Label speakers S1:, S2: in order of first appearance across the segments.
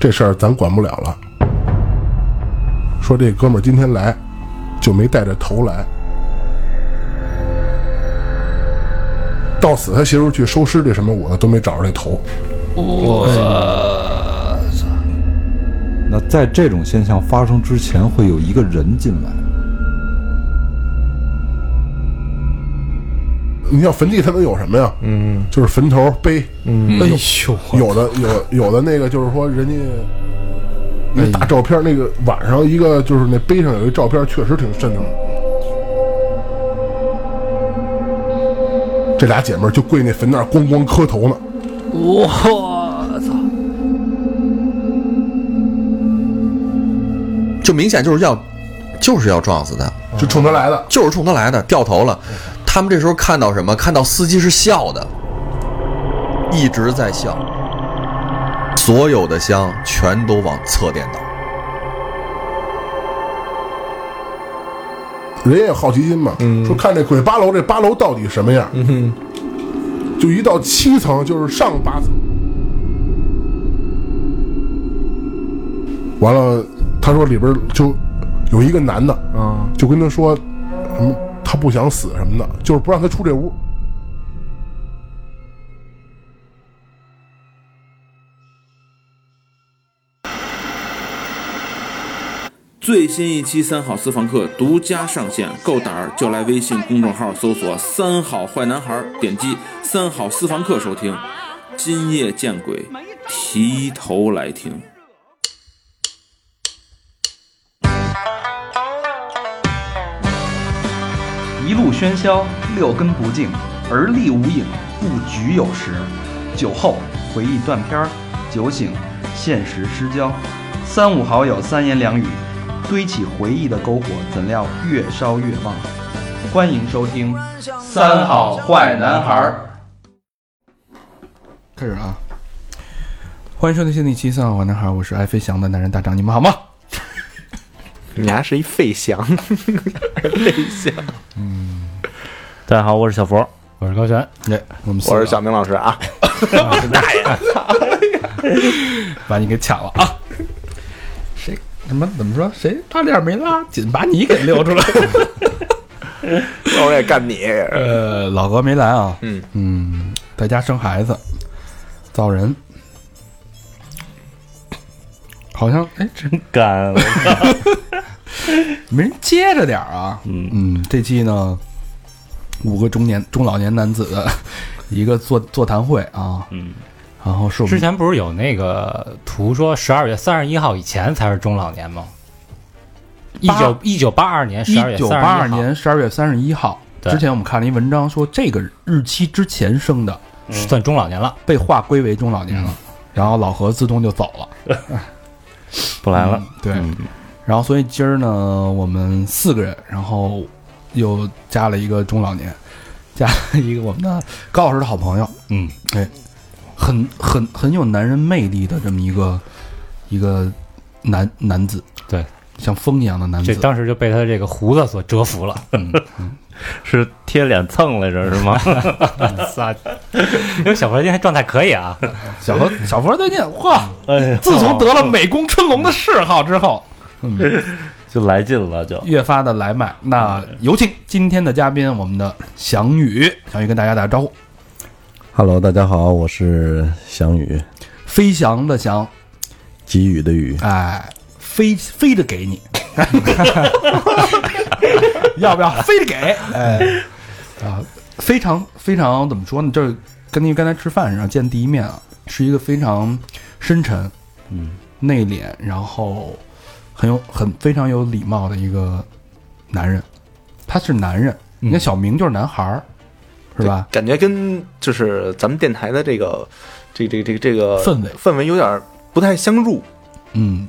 S1: 这事儿咱管不了了。说这哥们儿今天来，就没带着头来。到死他媳妇儿去收尸这什么我的都没找着这头。
S2: 那在这种现象发生之前，会有一个人进来，
S1: 你像坟地，它能有什么呀？嗯，就是坟头碑。嗯，
S3: 哎
S1: 有
S3: 呦，
S1: 有的有有的那个就是说人家那大照片，那个晚上一个就是那碑上有一照片，确实挺瘆的。这俩姐们儿就跪那坟那儿咣咣磕头呢。
S3: 我操！
S4: 就明显就是要，就是要撞死他，
S1: 就冲他来的。
S4: 就是冲他来的，掉头了。他们这时候看到什么？看到司机是笑的，一直在笑。所有的香全都往侧边倒。
S1: 人也好奇心嘛，
S5: 嗯
S1: 说看这鬼八楼，这八楼到底什么样？就一到七层，就是上八层。完了，他说里边就有一个男的，
S3: 啊，
S1: 就跟他说，什么他不想死什么的，就是不让他出这屋。
S6: 最新一期《三好私房课》独家上线，够胆儿就来微信公众号搜索“三好坏男孩儿”，点击“三好私房课”收听。今夜见鬼，提头来听。
S7: 一路喧嚣，六根不净，而立无影，不局有时。酒后回忆断片儿，酒醒现实失焦。三五好友三言两语，堆起回忆的篝火，怎料越烧越旺。欢迎收听《三好坏男孩儿》。
S8: 开始啊！欢迎收听新的一期《三好坏男孩》，我是爱飞翔的男人大张，你们好吗？
S9: 你还是一费翔，费翔。
S10: 大家好，我是小佛。
S5: 我是高璇，
S8: 哎，我们四
S9: 我
S8: 个
S9: 是小明老师啊，
S8: 把你给抢了啊！谁什么怎么说？谁拉链没拉紧，把你给溜出 来？
S9: 我也干你。
S8: 呃，老哥没来啊，
S9: 嗯
S8: 嗯，在家生孩子，造人，好像哎，这
S10: 干了，
S8: 没人接着点儿啊。嗯嗯，这期呢，五个中年中老年男子的一个座座谈会啊，嗯，然后是我
S5: 之
S8: 们
S5: 前不是有那个图说十二月三十一号以前才是中老年吗？一九一九八二年十二月
S8: 一九
S5: 三十一
S8: 八
S5: 号
S8: 二年十二月三十一号
S5: 对
S8: 之前，我们看了一文章说，这个日期之前生的
S10: 嗯
S5: 算中老年了。
S8: 被划归为中老年了，
S5: 嗯
S8: 然后老何自动就走了。
S10: 不来了。
S8: 对，
S5: 嗯
S8: 然后所以今儿呢，我们四个人，然后又加了一个中老年，加了一个我们的高老师的好朋友，
S5: 嗯，
S8: 哎，很很很有男人魅力的这么一个一个男男子，
S5: 对，
S8: 像风一样
S10: 嗯
S8: 的男
S5: 这
S8: 子，
S5: 当时就被他这个胡子所折服了。嗯
S10: 是贴脸蹭来着是吗？
S5: 撒，因为小佛今天状态可以啊，
S8: 小何小佛最近哇，
S10: 哎呀，
S8: 自从得了美工春龙的嗜好之后，嗯，
S10: 就来劲了，就
S8: 越发的来脉。那有请今天的嘉宾，我们的翔宇，翔宇跟大家打个招呼，
S11: Hello，大家好，我是翔宇，
S8: 飞翔的翔，
S11: 给予的予，
S8: 哎，飞飞着给你， 要不要飞着给？哎，啊，非常非常怎么说呢？就是跟您刚才吃饭上见第一面啊，是一个非常深沉、
S10: 嗯
S8: 内敛，然后很有很非常有礼貌的一个男人。他是男人，你看小明就是男孩儿，是吧？
S9: 感觉跟就是咱们电台的这个这这这这个
S8: 氛围
S9: 氛围有点不太相入。
S8: 嗯，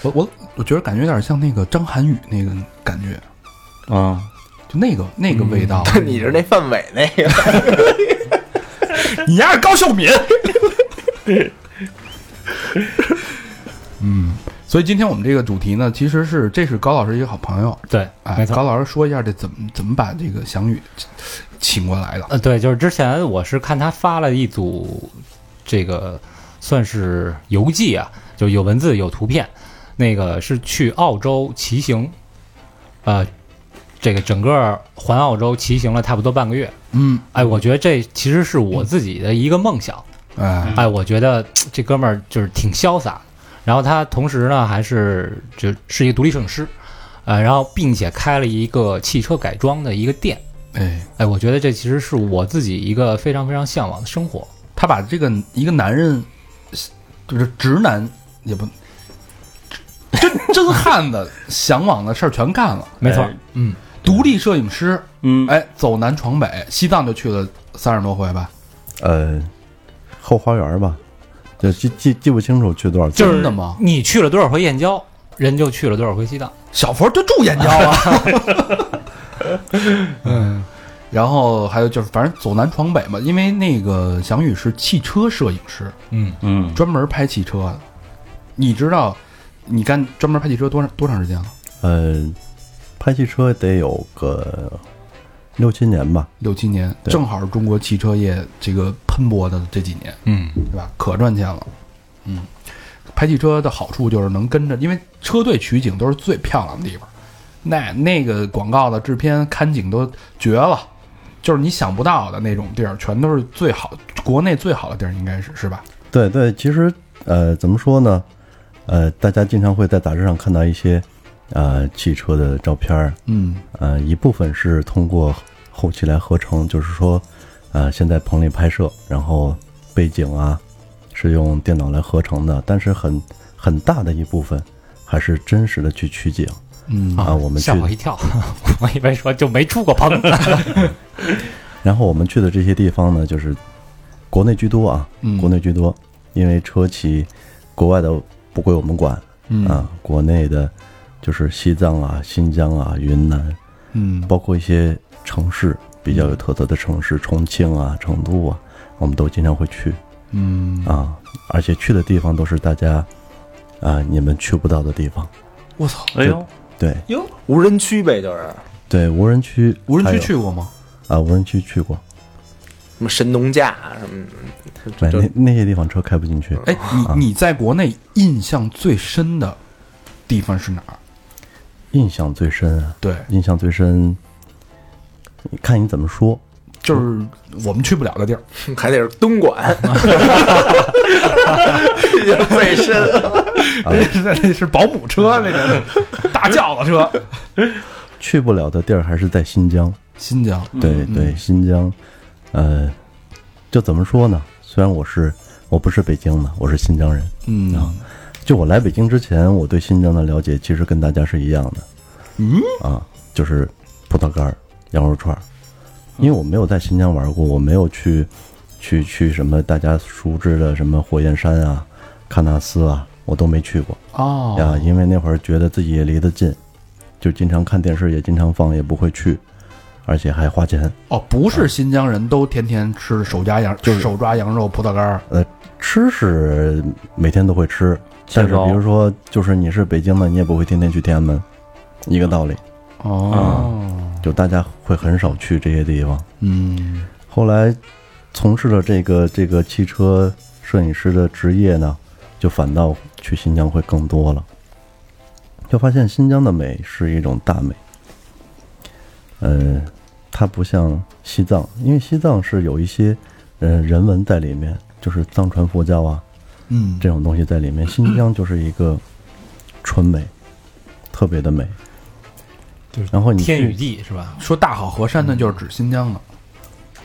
S8: 我我我觉得感觉有点像那个张涵予那个感觉，
S10: 啊，
S8: 就那个那个味道。
S9: 但你是那范伟那 个，
S8: 你丫是高秀敏。嗯，所以今天我们这个主题呢，其实是这是高老师一个好朋友，
S5: 对，
S8: 哎
S5: 没，错
S8: 高。老师说一下这怎么怎么把这个翔宇请过来的。
S5: 呃，对，就是之前我是看他发了一组这个算是游记啊，就有文字有图片。那个是去澳洲骑行，呃，这个整个环澳洲骑行了差不多半个月。
S8: 嗯，
S5: 哎，我觉得这其实是我自己的一个梦想。
S8: 哎
S5: 哎，我觉得这哥们儿就是挺潇洒的，然后他同时呢还是就是一个独立摄影师，呃，然后并且开了一个汽车改装的一个店。
S8: 哎，
S5: 哎，我觉得这其实是我自己一个非常非常向往的生活。
S8: 他把这个一个男人，就是直男也不真真汉子向往的事儿全干了，
S5: 没错，
S8: 嗯，独立摄影师，嗯，哎，走南闯北，西藏就去了三十多回吧，
S11: 呃，后花园吧，就记记记不清楚去多少次。
S5: 就是你去了多少回燕郊，人就去了多少回西藏。
S8: 小佛就住燕郊啊。嗯， 然后还有就是，反正走南闯北嘛，因为那个翔宇是汽车摄影师，
S5: 嗯
S8: 嗯，专门拍汽车的。你知道你干专门拍汽车多长多长时间啊了？
S11: 呃，拍汽车得有个六七年吧。
S8: 六七年，
S11: 对
S8: 正好是中国汽车业这个喷薄的这几年，
S5: 嗯，
S8: 对吧？可赚钱了，嗯。拍汽车的好处就是能跟着，因为车队取景都是最漂亮的地方，那那个广告的制片看景都绝了，就是你想不到的那种地儿，全都是最好，国内最好的地儿应该是是吧？
S11: 对对，其实呃，怎么说呢？呃，大家经常会在杂志上看到一些呃汽车的照片儿，
S8: 嗯，
S11: 呃，一部分是通过后期来合成，就是说，呃，先在棚里拍摄，然后背景啊是用电脑来合成的，但是很很大的一部分还是真实的去取景，
S8: 嗯
S11: 啊，我们去
S5: 吓我一跳， 我以为说就没出过棚。
S11: 然后我们去的这些地方呢，就是国内居多啊，
S8: 嗯
S11: 国内居多，因为车企国外的不归我们管，
S8: 嗯
S11: 啊，国内的就是西藏啊、新疆啊、云南，
S8: 嗯
S11: 包括一些城市比较有特色的城市，重庆啊、成都啊，我们都经常会去，
S8: 嗯
S11: 啊，而且去的地方都是大家啊你们去不到的地方，
S8: 我操，
S11: 哎呦，对
S9: 哟，无人区呗，就是
S11: 对，无人区，
S8: 无人区
S11: 还有
S8: 去过吗？
S11: 啊，无人区去过，
S9: 什么神农架啊什么
S11: 对，
S9: 就
S11: 那那些地方车开不进去，
S8: 哎，
S11: 啊
S8: 你你在国内印象最深的地方是哪儿？
S11: 印象最深啊，
S8: 对，
S11: 印象最深，你看你怎么说，
S8: 就是我们去不了的地儿，
S9: 还得是东 莞，已经最深了。
S8: 啊那 是保姆车，那个 大轿子车，
S11: 去不了的地儿还是在新疆，
S8: 新疆，
S11: 对
S8: 嗯
S11: 对，新疆，呃，就怎么说呢？虽然我是我不是北京的，我是新疆人，
S8: 嗯啊，
S11: 就我来北京之前，我对新疆的了解其实跟大家是一样的，
S8: 嗯
S11: 啊，就是葡萄干儿、羊肉串儿，因为我没有在新疆玩过，我没有去去去什么大家熟知的什么火焰山啊、喀纳斯啊，我都没去过
S8: 哦
S11: 呀，因为那会儿觉得自己也离得近，就经常看电视，也经常放，也不会去，而且还花钱。
S8: 哦，不是新疆人都天天吃手夹羊，就是手抓羊肉、葡萄干儿。
S11: 呃，吃是每天都会吃，但是
S8: 糕
S11: 比如说，就是你是北京的，你也不会天天去天安门，一个道理。
S8: 哦
S11: 嗯，就大家会很少去这些地方。
S8: 嗯，
S11: 后来从事了这个这个汽车摄影师的职业呢，就反倒去新疆会更多了。就发现新疆的美是一种大美，呃，它不像西藏，因为西藏是有一些呃人文在里面，就是藏传佛教啊，
S8: 嗯，
S11: 这种东西在里面。新疆就是一个纯美，特别的美。然后你去
S5: 地是吧？
S8: 说大好河山，那就是指新疆了。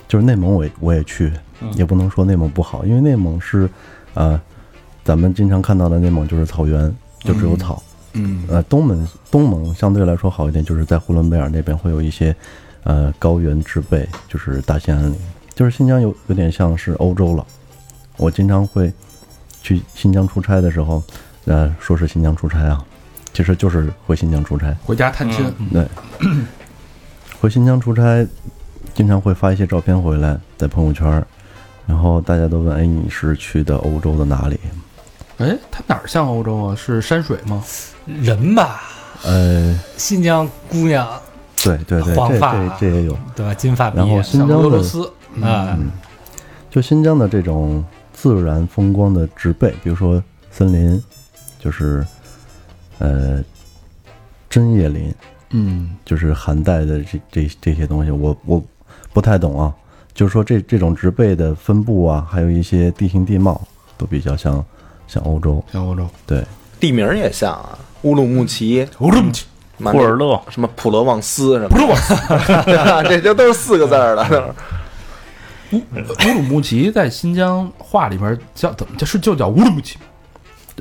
S11: 就是内蒙我也我也去
S8: 嗯，
S11: 也不能说内蒙不好，因为内蒙是，呃，咱们经常看到的内蒙就是草原，就只有草。
S8: 嗯
S11: 呃，东蒙东蒙相对来说好一点，就是在呼伦贝尔那边会有一些，呃，高原植被，就是大兴安岭，就是新疆有有点像是欧洲了。我经常会去新疆出差的时候，呃，说是新疆出差啊，其实就是回新疆出差。
S8: 回家探亲，
S11: 对，回新疆出差，经常会发一些照片回来，在朋友圈儿，然后大家都问：“哎，你是去的欧洲的哪里
S8: 哎，它哪儿像欧洲啊？是山水吗？
S5: 人吧，？”
S11: 呃，
S5: 新疆姑娘
S11: 对对对，
S5: 黄
S11: 这
S5: 发
S11: 这这也有。
S5: 对吧？金发碧
S11: 然后
S5: 眼，
S11: 新疆的
S5: 俄罗斯
S11: 嗯
S5: 啊，
S11: 就新疆的这种自然风光的植被，比如说森林，就是呃针叶林，
S8: 嗯，
S11: 就是寒带的这这这些东西，我我不太懂啊。就是说这这种植被的分布啊，还有一些地形地貌都比较像像欧洲，
S8: 像欧洲
S11: 对，
S9: 地名儿也像啊，乌鲁木齐、
S8: 乌鲁木齐、
S10: 库尔勒、
S9: 什么普罗旺斯什么，普罗旺斯， 这这都是四个字儿的，都
S8: 嗯
S9: 是
S8: 乌乌鲁木齐在新疆话里边叫怎么叫是就叫乌鲁木齐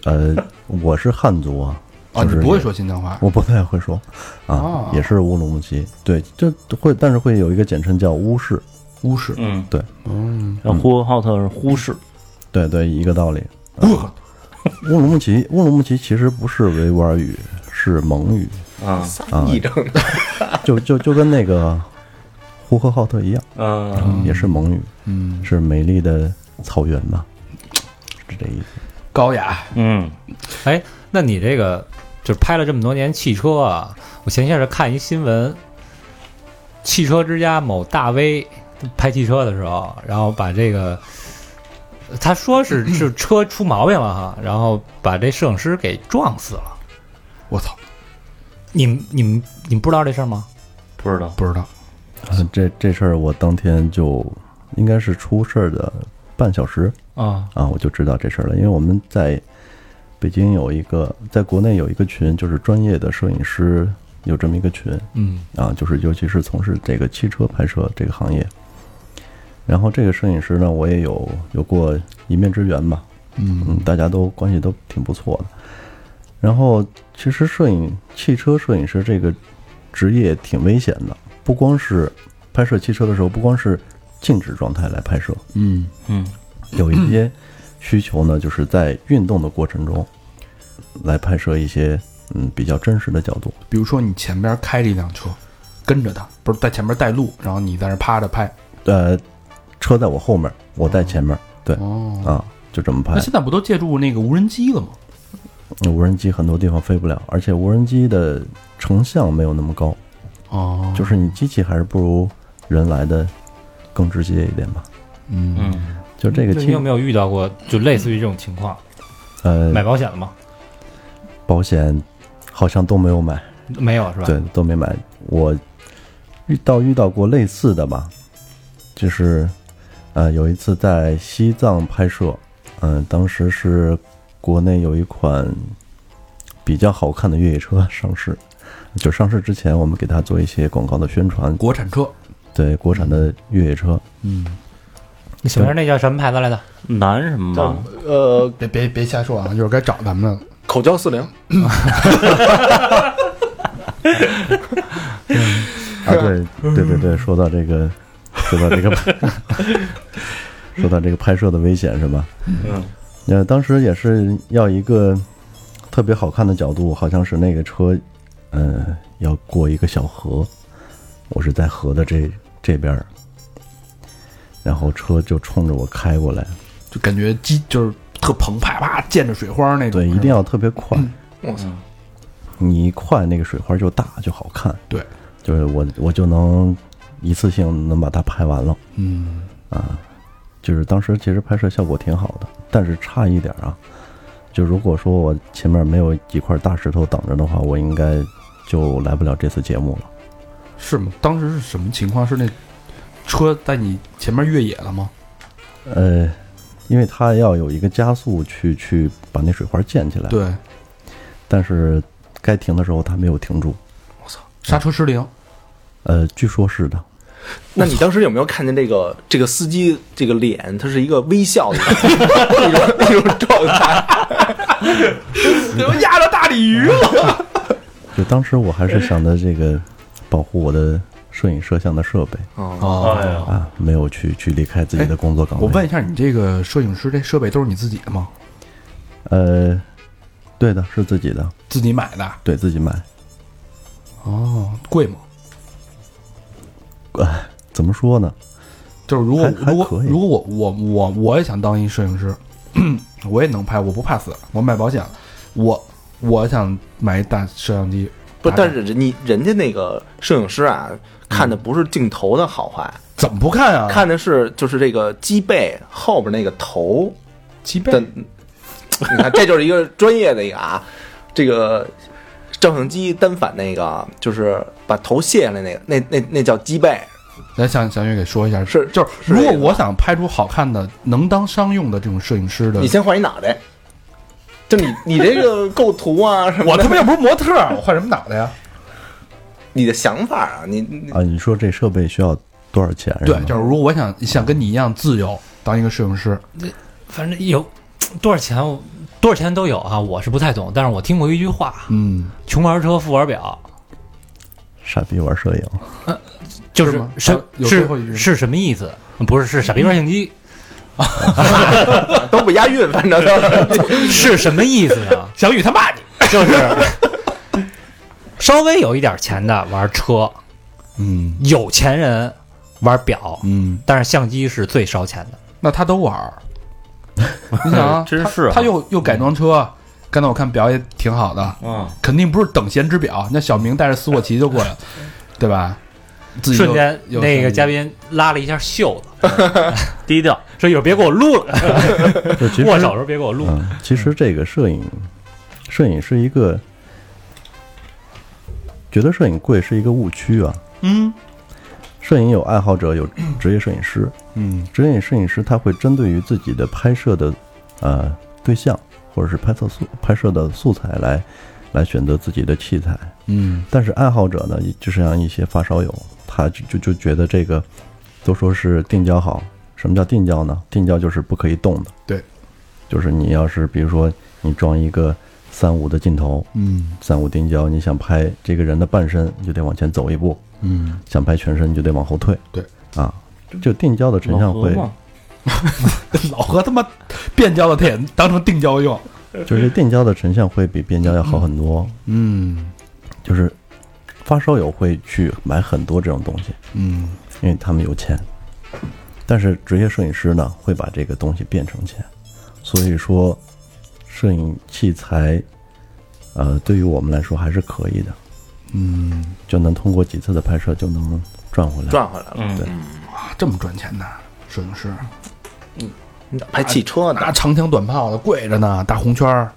S11: 呃，我是汉族啊，
S8: 啊
S11: 就是
S8: 你不会说新疆 话
S11: 我不太会说，
S8: 哦
S11: 啊，也是乌鲁木齐，对，这会，但是会有一个简称叫乌市，
S8: 乌市，
S10: 嗯，
S11: 对，嗯
S10: 嗯，呼和浩特是呼市，
S11: 对对，一个道 理。
S8: 呃
S11: 乌鲁木齐，乌鲁木齐其实不是维吾尔语，是蒙语
S10: 啊
S11: 啊，
S9: 一整的，
S11: 就就就跟那个呼和浩特一样，
S10: 嗯，
S11: 也是蒙语，
S8: 嗯，
S11: 是美丽的草原吧，是这意思。
S8: 高雅，
S10: 嗯，
S5: 哎，那你这个就是拍了这么多年汽车啊，我前些日看一新闻，汽车之家某大 V 拍汽车的时候，然后把这个他说 是是车出毛病了哈，然后把这摄影师给撞死了。
S8: 我操，
S5: 你们你们你们不知道这事儿吗？
S10: 不知道，
S8: 不知道，
S11: 啊这这事儿我当天就应该是出事儿的半小时
S5: 啊
S11: 啊，我就知道这事儿了，因为我们在北京有一个，在国内有一个群，就是专业的摄影师有这么一个群，
S5: 嗯
S11: 啊，就是尤其是从事这个汽车拍摄这个行业。然后这个摄影师呢，我也有有过一面之缘吧，
S8: 嗯
S11: 嗯，大家都关系都挺不错的。然后其实摄影汽车摄影师这个职业挺危险的，不光是拍摄汽车的时候，不光是静止状态来拍摄，
S8: 嗯
S10: 嗯
S11: 有一些需求呢，就是在运动的过程中来拍摄一些嗯比较真实的角度。
S8: 比如说你前边开了一辆车，跟着他，不是在前面带路，然后你在那趴着拍，
S11: 呃，车在我后面，我在前面，对，
S8: 哦
S11: 啊，就这么拍
S8: 那。现在不都借助那个无人机了吗？
S11: 无人机很多地方飞不了，而且无人机的成像没有那么高，
S8: 哦，
S11: 就是你机器还是不如人来的更直接一点吧。
S8: 嗯，
S10: 嗯，
S11: 就这个
S5: 那你
S11: 汽
S5: 有没有遇到过就类似于这种情况？
S11: 呃
S5: 买保险了吗？
S11: 保险好像都没有买，
S5: 没有是吧？
S11: 对，都没买。我遇到遇到过类似的吧，就是呃有一次在西藏拍摄，嗯、当时是国内有一款比较好看的越野车上市，就上市之前我们给它做一些广告的宣传，
S8: 国产车，
S11: 对国产的越野车，
S8: 嗯，
S5: 你前面那叫什么牌子来着？
S10: 南什么吧？
S9: 呃，
S8: 别别别瞎说啊，就是该找咱们了。
S9: 口交四零，
S11: 啊，对对对对，说到这个，说到这个， 说到这个拍摄的危险是吧？
S10: 嗯，
S11: 呃，当时也是要一个特别好看的角度，好像是那个车，呃，要过一个小河，我是在河的这这边儿，然后车就冲着我开过来，
S8: 就感觉鸡就是特澎湃，啪溅着水花那种。
S11: 对，一定要特别快，嗯
S9: 我操，
S11: 你一快那个水花就大就好看，
S8: 对，
S11: 就是我我就能一次性能把它拍完了。
S8: 嗯，
S11: 啊，就是当时其实拍摄效果挺好的，但是差一点啊。就如果说我前面没有几块大石头挡着的话，我应该就来不了这次节目了。
S8: 是吗？当时是什么情况？是那车在你前面越野了吗？
S11: 呃，因为它要有一个加速去去把那水花溅起来，
S8: 对，
S11: 但是该停的时候它没有停住。
S8: 刹车失灵。
S11: 呃，据说是的，
S9: 那你当时有没有看见这个 这个司机这个脸，他是一个微笑的 那种那种状态？
S8: 我压着大鲤鱼了。
S11: 就当时我还是想着这个保护我的摄影摄像的设备
S9: 哦，
S10: 哎呀，
S11: 啊，没有去去离开自己的工作岗位。
S8: 哎我问一下，你这个摄影师这设备都是你自己的吗？
S11: 呃，对的，是自己的，
S8: 自己买的？
S11: 对自己买。
S8: 哦，贵吗？
S11: 哎，怎么说呢？
S8: 就是如果
S11: 还还
S8: 如果
S11: 可以
S8: 如果我我我我也想当一摄影师， 我也能拍，我不怕死，我买保险了，我我想买一大摄像机。
S9: 不，
S8: 打
S9: 但是 人你人家那个摄影师啊，看的不是镜头的好坏，
S8: 怎么不看啊？
S9: 看的是就是这个机背后边那个头，
S8: 脊背。
S9: 你看，这就是一个专业的一个啊，这个照相机单反那个，就是把头卸下来那个，那那那叫机背。
S8: 来，向小月给说一下，是就是，如果我想拍出好看的、能当商用的这种摄影师的，
S9: 你先换一脑袋，就你你这个构图 啊什么的，
S8: 我他妈又不是模特儿，我换什么脑 袋呀？
S9: 你的想法啊，你你
S11: 啊，你说这设备需要多少钱？
S8: 嗯对，就是如果我想想跟你一样自由当一个摄影师，
S5: 反正有多少钱，多少钱都有啊，我是不太懂，但是我听过一句话，
S8: 嗯，
S5: 穷玩车，富玩表，
S11: 傻逼玩摄影，
S5: 就是
S8: 是
S5: 什
S8: 吗有最后一句
S5: 是
S8: 吗
S5: 是什么意思？不是是傻逼玩相机，
S9: 都不押韵，反正 都是。
S5: 是什么意思啊呢？
S8: 嗯小雨他骂你，
S5: 稍微有一点钱的玩车，
S8: 嗯
S5: 有钱人玩表，
S8: 嗯，
S5: 但是相机是最烧钱的。
S8: 那他都 玩儿。你想啊，
S10: 真
S8: 他
S10: 是啊
S8: 他又又改装车，刚才我看表也挺好的，
S5: 嗯
S10: 啊，
S8: 肯定不是等闲之表。那小明带着斯沃琪就过 来了，对吧？自己就
S5: 瞬间，
S8: 有
S5: 那个
S8: 有
S5: 嘉宾拉了一下袖子，
S10: 低调，
S5: 说：“一会儿别给我录了，
S11: 就其实
S5: 握手的时候别给我录。
S11: 嗯，其实这个摄影，摄影是一个，觉得摄影贵是一个误区啊。
S8: 嗯
S11: 摄影有爱好者， 有职业摄影师，
S8: 嗯
S11: 职业摄影师他会针对于自己的拍摄的呃对象或者是拍摄素拍摄的素材来来选择自己的器材。
S8: 嗯
S11: 但是爱好者呢，就像一些发烧友，他就就就觉得这个都说是定焦好。什么叫定焦呢？定焦就是不可以动的。
S8: 对，
S11: 就是你要是比如说你装一个三五的镜头，
S8: 嗯
S11: 三五定焦，你想拍这个人的半身，你就得往前走一步；
S8: 嗯，
S11: 想拍全身，你就得往后退。
S8: 对，
S11: 啊，就定焦的成像会，
S8: 老何他妈变焦的他也当成定焦用。
S11: 就是定焦的成像会比变焦要好很多。
S8: 嗯
S11: 就是发烧友会去买很多这种东西，
S8: 嗯
S11: 因为他们有钱。但是职业摄影师呢，会把这个东西变成钱，所以说，摄影器材，呃，对于我们来说还是可以的，
S8: 嗯，
S11: 就能通过几次的拍摄就能赚回来。
S9: 转回来了。
S10: 嗯，
S8: 哇，这么赚钱呢？摄影师
S9: 你咋拍汽车呢？
S8: 拿 长枪短炮的跪着呢，大红圈儿。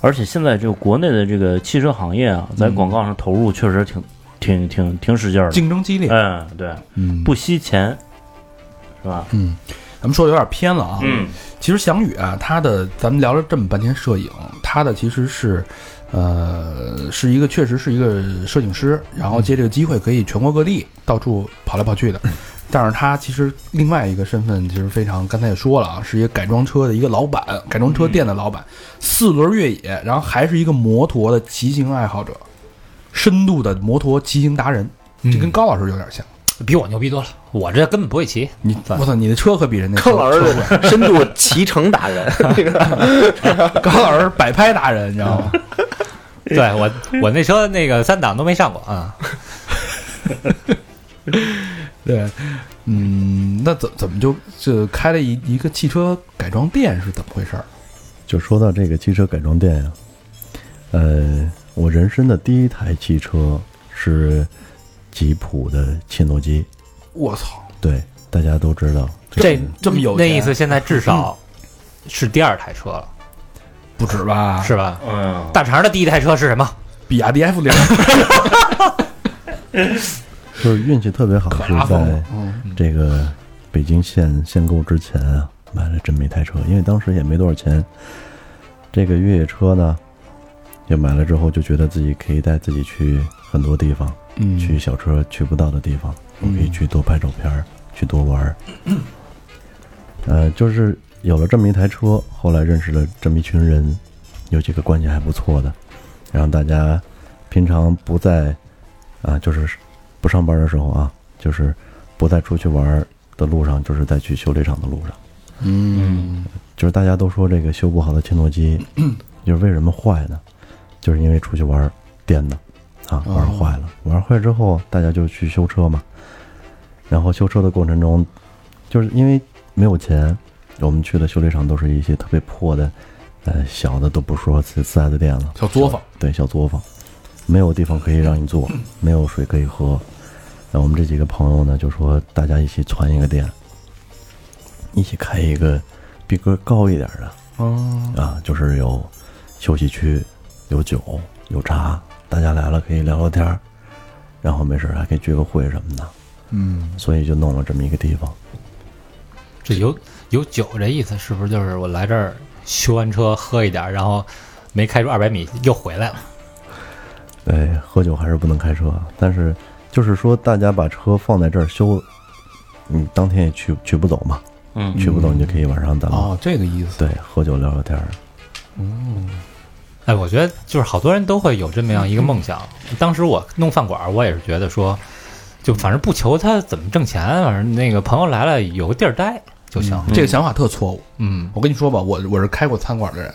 S10: 而且现在这个国内的这个汽车行业啊，在广告上投入确实挺挺挺挺使劲儿的，
S8: 竞争激烈。
S10: 嗯，对，
S8: 嗯
S10: 不惜钱，是吧？
S8: 嗯，咱们说的有点偏了啊。
S10: 嗯，
S8: 其实翔宇啊，他的咱们聊了这么半天摄影，他的其实是，呃，是一个确实是一个摄影师，然后借这个机会可以全国各地到处跑来跑去的。
S9: 嗯
S8: 但是他其实另外一个身份其实非常，刚才也说了啊，是一个改装车的一个老板，改装车店的老
S9: 嗯
S8: 板，四轮越野，然后还是一个摩托的骑行爱好者，深度的摩托骑行达人，这
S9: 嗯
S8: 跟高老师有点像。
S11: 嗯
S5: 比我牛逼多了，我这根本不会骑。
S8: 你我操，你的车可比人家车
S9: 坑老师
S8: 车贵
S9: 的深度骑乘达人，
S8: 高老师摆拍达人，你知道吗？
S5: 对我，我那车那个三档都没上过啊。
S8: 对，嗯，那怎怎么就就开了一一个汽车改装店是怎么回事儿？
S11: 就说到这个汽车改装店呀、呃，我人生的第一台汽车是吉普的切诺基，
S8: 我操，
S11: 对，大家都知道，
S5: 这
S8: 这么有
S5: 那
S8: 钱
S5: 意思，现在至少是第二台车了，
S8: 不止吧？
S5: 是吧？
S10: 嗯，
S5: 大肠的第一台车是什么？
S8: 比亚迪 F 零，
S11: 就是运气特别好，
S8: 可
S11: 是
S8: 拉风
S11: 在
S8: 了。嗯
S11: 这个北京限限购之前啊，买了这么一台车，因为当时也没多少钱。这个越野车呢，也买了之后就觉得自己可以带自己去很多地方，
S8: 嗯
S11: 去小车去不到的地方，我可以去多拍照片儿，去多玩儿。呃，就是有了这么一台车，后来认识了这么一群人，有几个关系还不错的，然后大家平常不在啊、就是不上班的时候啊，就是不在出去玩儿的路上，就是在去修理厂的路上。
S8: 嗯
S11: 就是大家都说这个修不好的切诺 基，就是为什么坏呢？就是因为出去玩儿颠的，啊，
S8: 哦
S11: 玩坏了，玩坏之后大家就去修车嘛。然后修车的过程中，就是因为没有钱，我们去的修理厂都是一些特别破的，呃，小的都不说四四 S 店了，
S8: 小作坊，
S11: 对，小作坊，没有地方可以让你坐，没有水可以喝。那我们这几个朋友呢，就说大家一起攒一个店，一起开一个逼格高一点的
S8: 哦
S11: 啊，就是有休息区，有酒，有茶，大家来了可以聊聊天儿，然后没事儿还可以聚个会什么的，
S5: 嗯，
S11: 所以就弄了这么一个地方。
S5: 这有有酒这意思是不是就是我来这儿修完车喝一点儿，然后没开出二百米又回来了？
S11: 对，哎喝酒还是不能开车，但是就是说大家把车放在这儿修，你当天也取取不走嘛，
S10: 嗯
S11: 取不走你就可以晚上咱们
S5: 哦
S8: 这个意思，
S11: 对，喝酒聊聊天儿，
S5: 嗯，哎，我觉得就是好多人都会有这么样一个梦想。当时我弄饭馆儿，我也是觉得说，就反正不求他怎么挣钱，反正那个朋友来了有个地儿待就行。
S8: 这个想法特错误。
S5: 嗯，
S8: 我跟你说吧，我我是开过餐馆的人，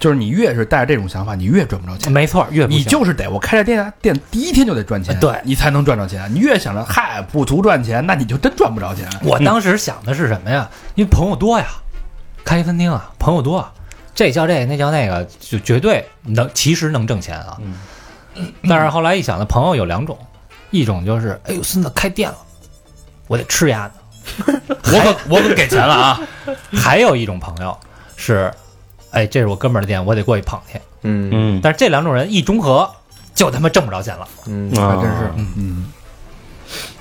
S8: 就是你越是带着这种想法，你越赚不着钱。
S5: 嗯没错，越不行
S8: 你就是得我开这店店第一天就得赚钱，对你才能赚着钱。你越想着嗨不图赚钱，那你就真赚不着钱。
S5: 我当时想的是什么呀？因为朋友多呀，开一餐厅啊，朋友多，啊，这叫这，那叫那个，就绝对能，其实能挣钱啊。但是后来一想呢，朋友有两种，一种就是，哎呦，孙子开店了，我得吃 鸭子，我可我可给钱了啊。 还有一种朋友是，哎，这是我哥们儿的店，我得过去捧去。
S9: 嗯
S10: 嗯
S5: 但是这两种人一中和，就他妈挣不着钱了。
S9: 嗯
S11: 哎
S8: 还真
S10: 啊
S8: 是，嗯嗯，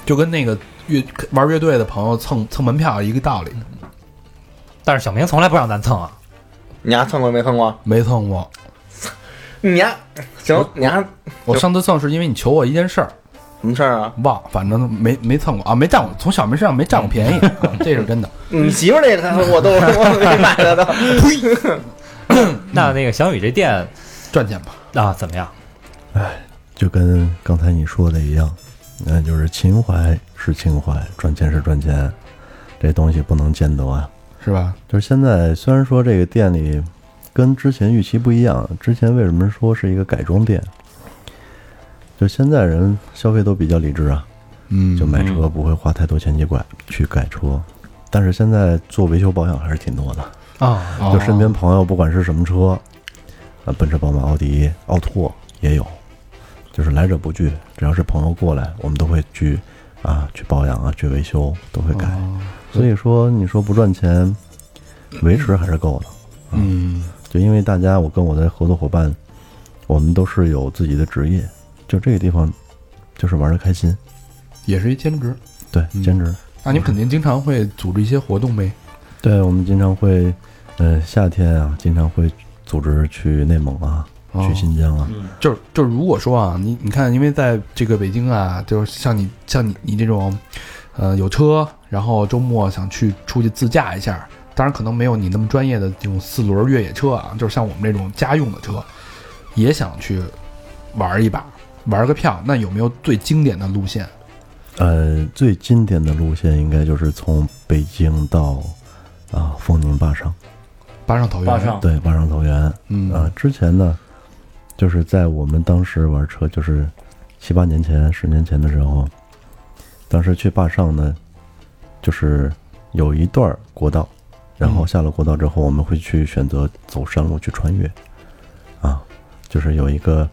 S8: 就跟那个乐玩乐队的朋友蹭蹭门票一个道理。
S5: 但是小明从来不让咱蹭啊，
S9: 你丫蹭过没蹭过？
S8: 没蹭过。
S9: 你丫行，你丫
S8: 我上次蹭是因为你求我一件事儿，
S9: 什么事儿啊？
S8: 忘，反正没没蹭过啊，没占过，从小明身上没占过便宜，啊这是真的。
S9: 你媳妇儿那个我都我没买的都。嗯呸！
S5: 那那个小雨这店
S8: 赚钱吧？
S5: 啊，怎么样？
S11: 就跟刚才你说的一样，那就是情怀是情怀，赚钱是赚钱，这东西不能兼得啊，
S8: 是吧？
S11: 就是现在虽然说这个店里跟之前预期不一样，之前为什么说是一个改装店？就现在人消费都比较理智啊，
S8: 嗯
S11: 就买车不会花太多钱去改去改车，但是现在做维修保养还是挺多的。
S8: 啊
S11: 就身边朋友不管是什么车，啊，奔驰、宝马、奥迪、奥拓也有，就是来者不拒，只要是朋友过来，我们都会去啊，去保养啊，去维修，都会改。所以说，你说不赚钱，维持还是够的。啊
S8: 嗯，
S11: 就因为大家，我跟我的合作伙伴，我们都是有自己的职业，就这个地方，就是玩的开心，
S8: 也是一兼职。
S11: 对，兼职。
S8: 那你肯定经常会组织一些活动呗？
S11: 对，我们经常会，呃，夏天啊，经常会组织去内蒙啊，
S8: 哦
S11: 去新疆啊，
S8: 就是就是，如果说啊，你你看，因为在这个北京啊，就是像你像你你这种，呃，有车，然后周末想去出去自驾一下，当然可能没有你那么专业的这种四轮越野车啊，就是像我们这种家用的车，也想去玩一把，玩个票。那有没有最经典的路线？
S11: 呃，最经典的路线应该就是从北京到啊丰宁坝上，
S8: 巴上桃源，
S11: 对，坝上草原，
S8: 嗯
S11: 啊，之前呢，就是在我们当时玩车，就是七八年前、十年前的时候，当时去坝上呢，就是有一段国道，然后下了国道之后，我们会去选择走山路去穿越，啊，就是有一个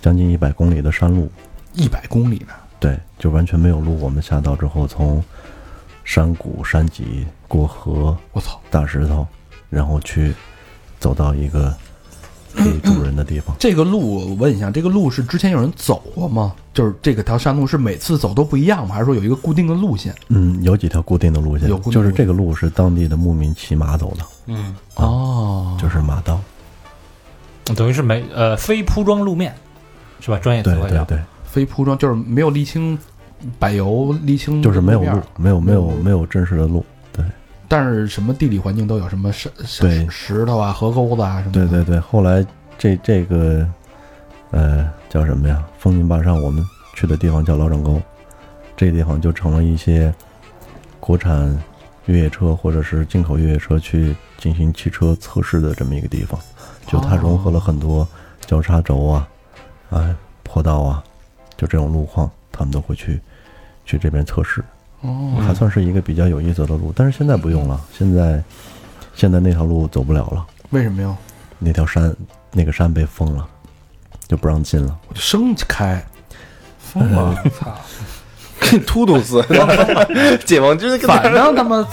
S11: 将近一百公里的山路，
S8: 一百公里呢？
S11: 对，就完全没有路。我们下到之后，从山谷、山脊过河，
S8: 我操，。
S11: 大石头，然后去走到一个可以住人的地方
S8: 这个路我问一下，这个路是之前有人走过吗？就是这个条山路是每次走都不一样吗？还是说有一个固定的路线？
S11: 嗯，有几条固定的路线
S8: 有固定，
S11: 就
S8: 路
S11: 是
S8: 线
S11: 这个路是当地的牧民骑马走的，
S5: 嗯，
S8: 哦，
S11: 就是马道。
S5: 等于是没呃非铺装路面，是吧？专业词
S11: 对
S5: 汇啊
S11: 对
S5: 叫
S11: 对，
S8: 非铺装就是没有沥青、柏油、沥青，
S11: 就是没有路，没有没有没有真实的路。对
S8: 但是什么地理环境都有，什么石石
S11: 对
S8: 石头啊、河沟子啊什么的。
S11: 对对对，后来这这个呃叫什么呀？风云坝上我们去的地方叫老掌沟，这地方就成了一些国产越野车或者是进口越野车去进行汽车测试的这么一个地方，就它融合了很多交叉轴啊、啊坡道啊，就这种路况，他们都会去去这边测试。
S8: 哦
S11: 还算是一个比较有意思的路，但是现在不用了，现在现在那条路走不了了。
S8: 为什么呀？
S11: 那条山，那个山被封了，就不让进了。呃
S8: 我就生开，疯了，操！
S9: 突突死， 解放军跟那 儿
S8: 反正他妈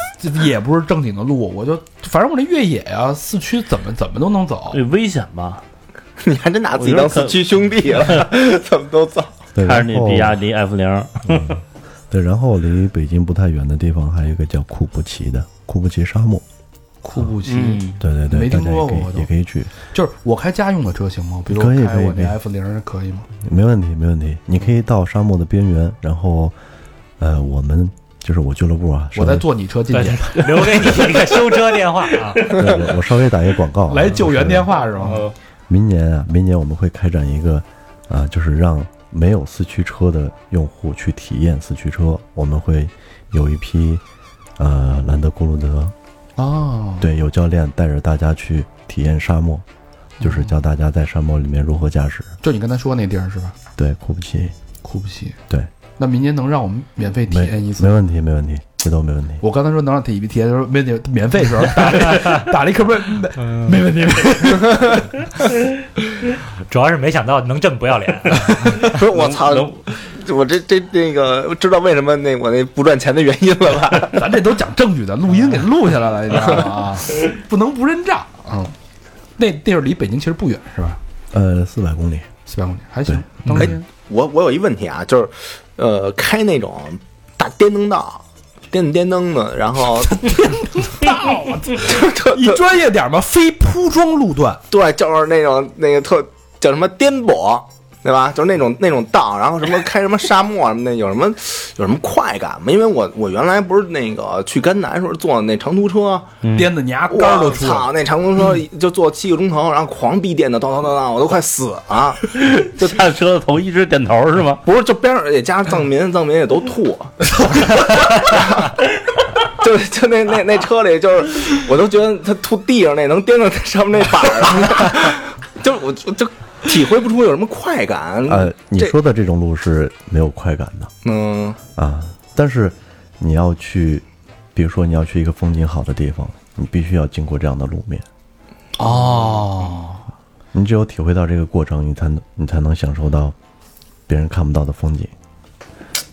S8: 也不是正经的路，我就反正我这越野啊，四驱怎么怎么都能走，
S10: 对，危险吧？
S9: 你还真拿自己当四驱兄弟了，怎么都造。
S11: 对
S10: 开着那
S11: 然后
S10: 比亚迪 F 零，
S11: 对，然后离北京不太远的地方还有一个叫库布齐的库布齐沙漠，
S8: 库布齐
S11: 嗯对对对
S8: 没听
S11: 大家也
S8: 说
S11: 可
S8: 过
S11: 以
S8: 我都
S11: 也可以去。
S8: 就是我开家用的车行吗？比如
S11: 可以
S8: 开我
S11: 可以
S8: 那 F 零可以吗？
S11: 没问题，没问题。你可以到沙漠的边缘，然后，呃，我们就是我俱乐部啊，
S8: 我
S11: 稍
S8: 再
S11: 微
S8: 坐你车进去，
S5: 留给你一个修车电话 啊。
S11: 对对我稍微打一个广告啊、
S8: 来救援电话是吗？
S11: 明年啊，明年我们会开展一个，啊，就是让没有四驱车的用户去体验四驱车。我们会有一批，呃，兰德酷路德，
S8: 哦，
S11: 对，有教练带着大家去体验沙漠，
S8: 嗯
S11: 就是教大家在沙漠里面如何驾驶。
S8: 就你刚才说那地儿是吧？
S11: 对，库布齐，
S8: 库布齐，
S11: 对，
S8: 那明年能让我们免费体
S11: 没
S8: 验一次
S11: 没
S8: 吗？
S11: 问题，没问题，这都没问题。
S8: 我刚才说能让体体验，就是没得免费 时候打了打了一颗没没问题。
S5: 主要是没想到能这么不要脸，
S9: 不是我操，我这这那个我知道为什么那我那不赚钱的原因了吧？
S8: 咱这都讲证据的，录音给录下来了，你知道吗？ 啊，不能不认账。嗯，那地儿离北京其实不远，是吧？
S11: 呃，四百公里，
S8: 四百公里还行。当
S9: 哎
S8: 天，
S9: 我我有一问题啊，就是呃，开那种大电灯道，电电灯的，然后
S8: 你专业点嘛，非铺装路段，
S9: 对，就是那种那个特叫什么颠簸，对吧？就是那种那种道，然后什么开什么沙漠啊什么的，有什么有什么快感吗？因为我我原来不是那个去甘南时候坐那长途车，
S8: 颠的你牙杆儿
S9: 我
S8: 都出来
S9: 操，
S8: 了。
S9: 那长途 车就坐七个钟头，然后狂逼电的，当当当当，我都快死 了。
S10: 就下车头一直点头是吗？
S9: 不是，就边上也加上藏民，藏民也都吐。 就就那那那车里，就是我都觉得他吐地上那能颠到那上面那板儿了， 就是我就就体会不出有什么快感。
S11: 呃，
S10: 哎
S11: 你
S9: 这
S11: 说的这种路是没有快感的。
S9: 嗯，
S11: 啊，但是你要去，比如说你要去一个风景好的地方，你必须要经过这样的路面，
S8: 哦，
S11: 你只有体会到这个过程，你才能你才能享受到别人看不到的风景。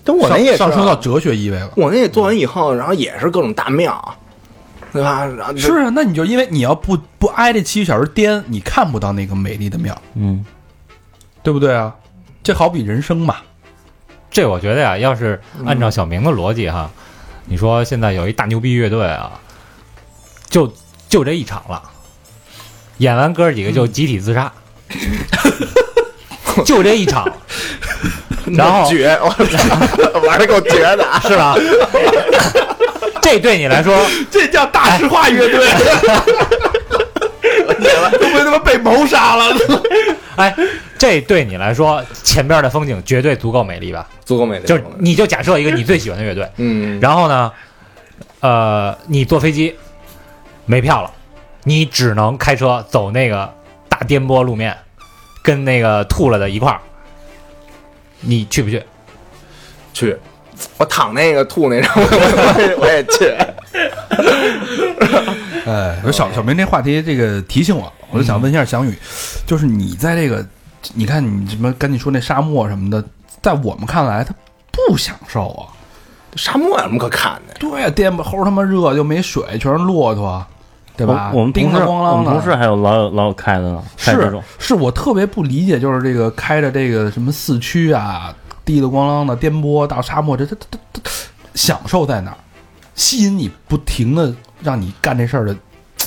S9: 但我那
S8: 上
S9: 也是啊
S8: 上升到哲学意味了。
S9: 我那也做完以后，然后也是各种大庙，对吧？然后就是
S8: 啊，那你就因为你要不不挨这七个小时颠，你看不到那个美丽的庙，
S10: 嗯，
S8: 对不对啊？这好比人生嘛，
S5: 这我觉得呀、要是按照小明的逻辑哈，你说现在有一大牛逼乐队啊，就就这一场了，演完哥几个就集体自杀，就这一场，然后
S9: 绝，我操， 玩的够绝的啊！
S5: 是吧？这对你来说， 哎
S8: 这叫大实话乐队。 都被他妈被谋杀了，
S5: 哎，这对你来说，前边的风景绝对足够美丽吧？
S9: 足够美丽，
S5: 就是你就假设一个你最喜欢的乐队，
S9: 嗯，
S5: 然后呢，呃，你坐飞机没票了，你只能开车走那个大颠簸路面，跟那个吐了的一块儿，你去不去？
S9: 去，我躺那个吐 那上，我也我也去。
S8: 哎，小小明这话题这个提醒我，我就想问一下翔宇，就是你在这个，你看你什么跟你说那沙漠什么的，在我们看来，他不享受啊。
S9: 沙漠有什么可看的？
S8: 对啊，颠簸齁他妈热，又没水，全是骆驼，对吧？
S10: 我我们
S8: 叮
S10: 同
S8: 了
S10: 事，
S8: 咣啷的
S10: 我们同事还有老有老有开的呢，开这
S8: 是
S10: 种，
S8: 是我特别不理解，就是这个开着这个什么四驱啊，滴里咣啷的颠簸到沙漠，这这这这这享受在哪儿？吸引你不停的让你干这事儿的嘖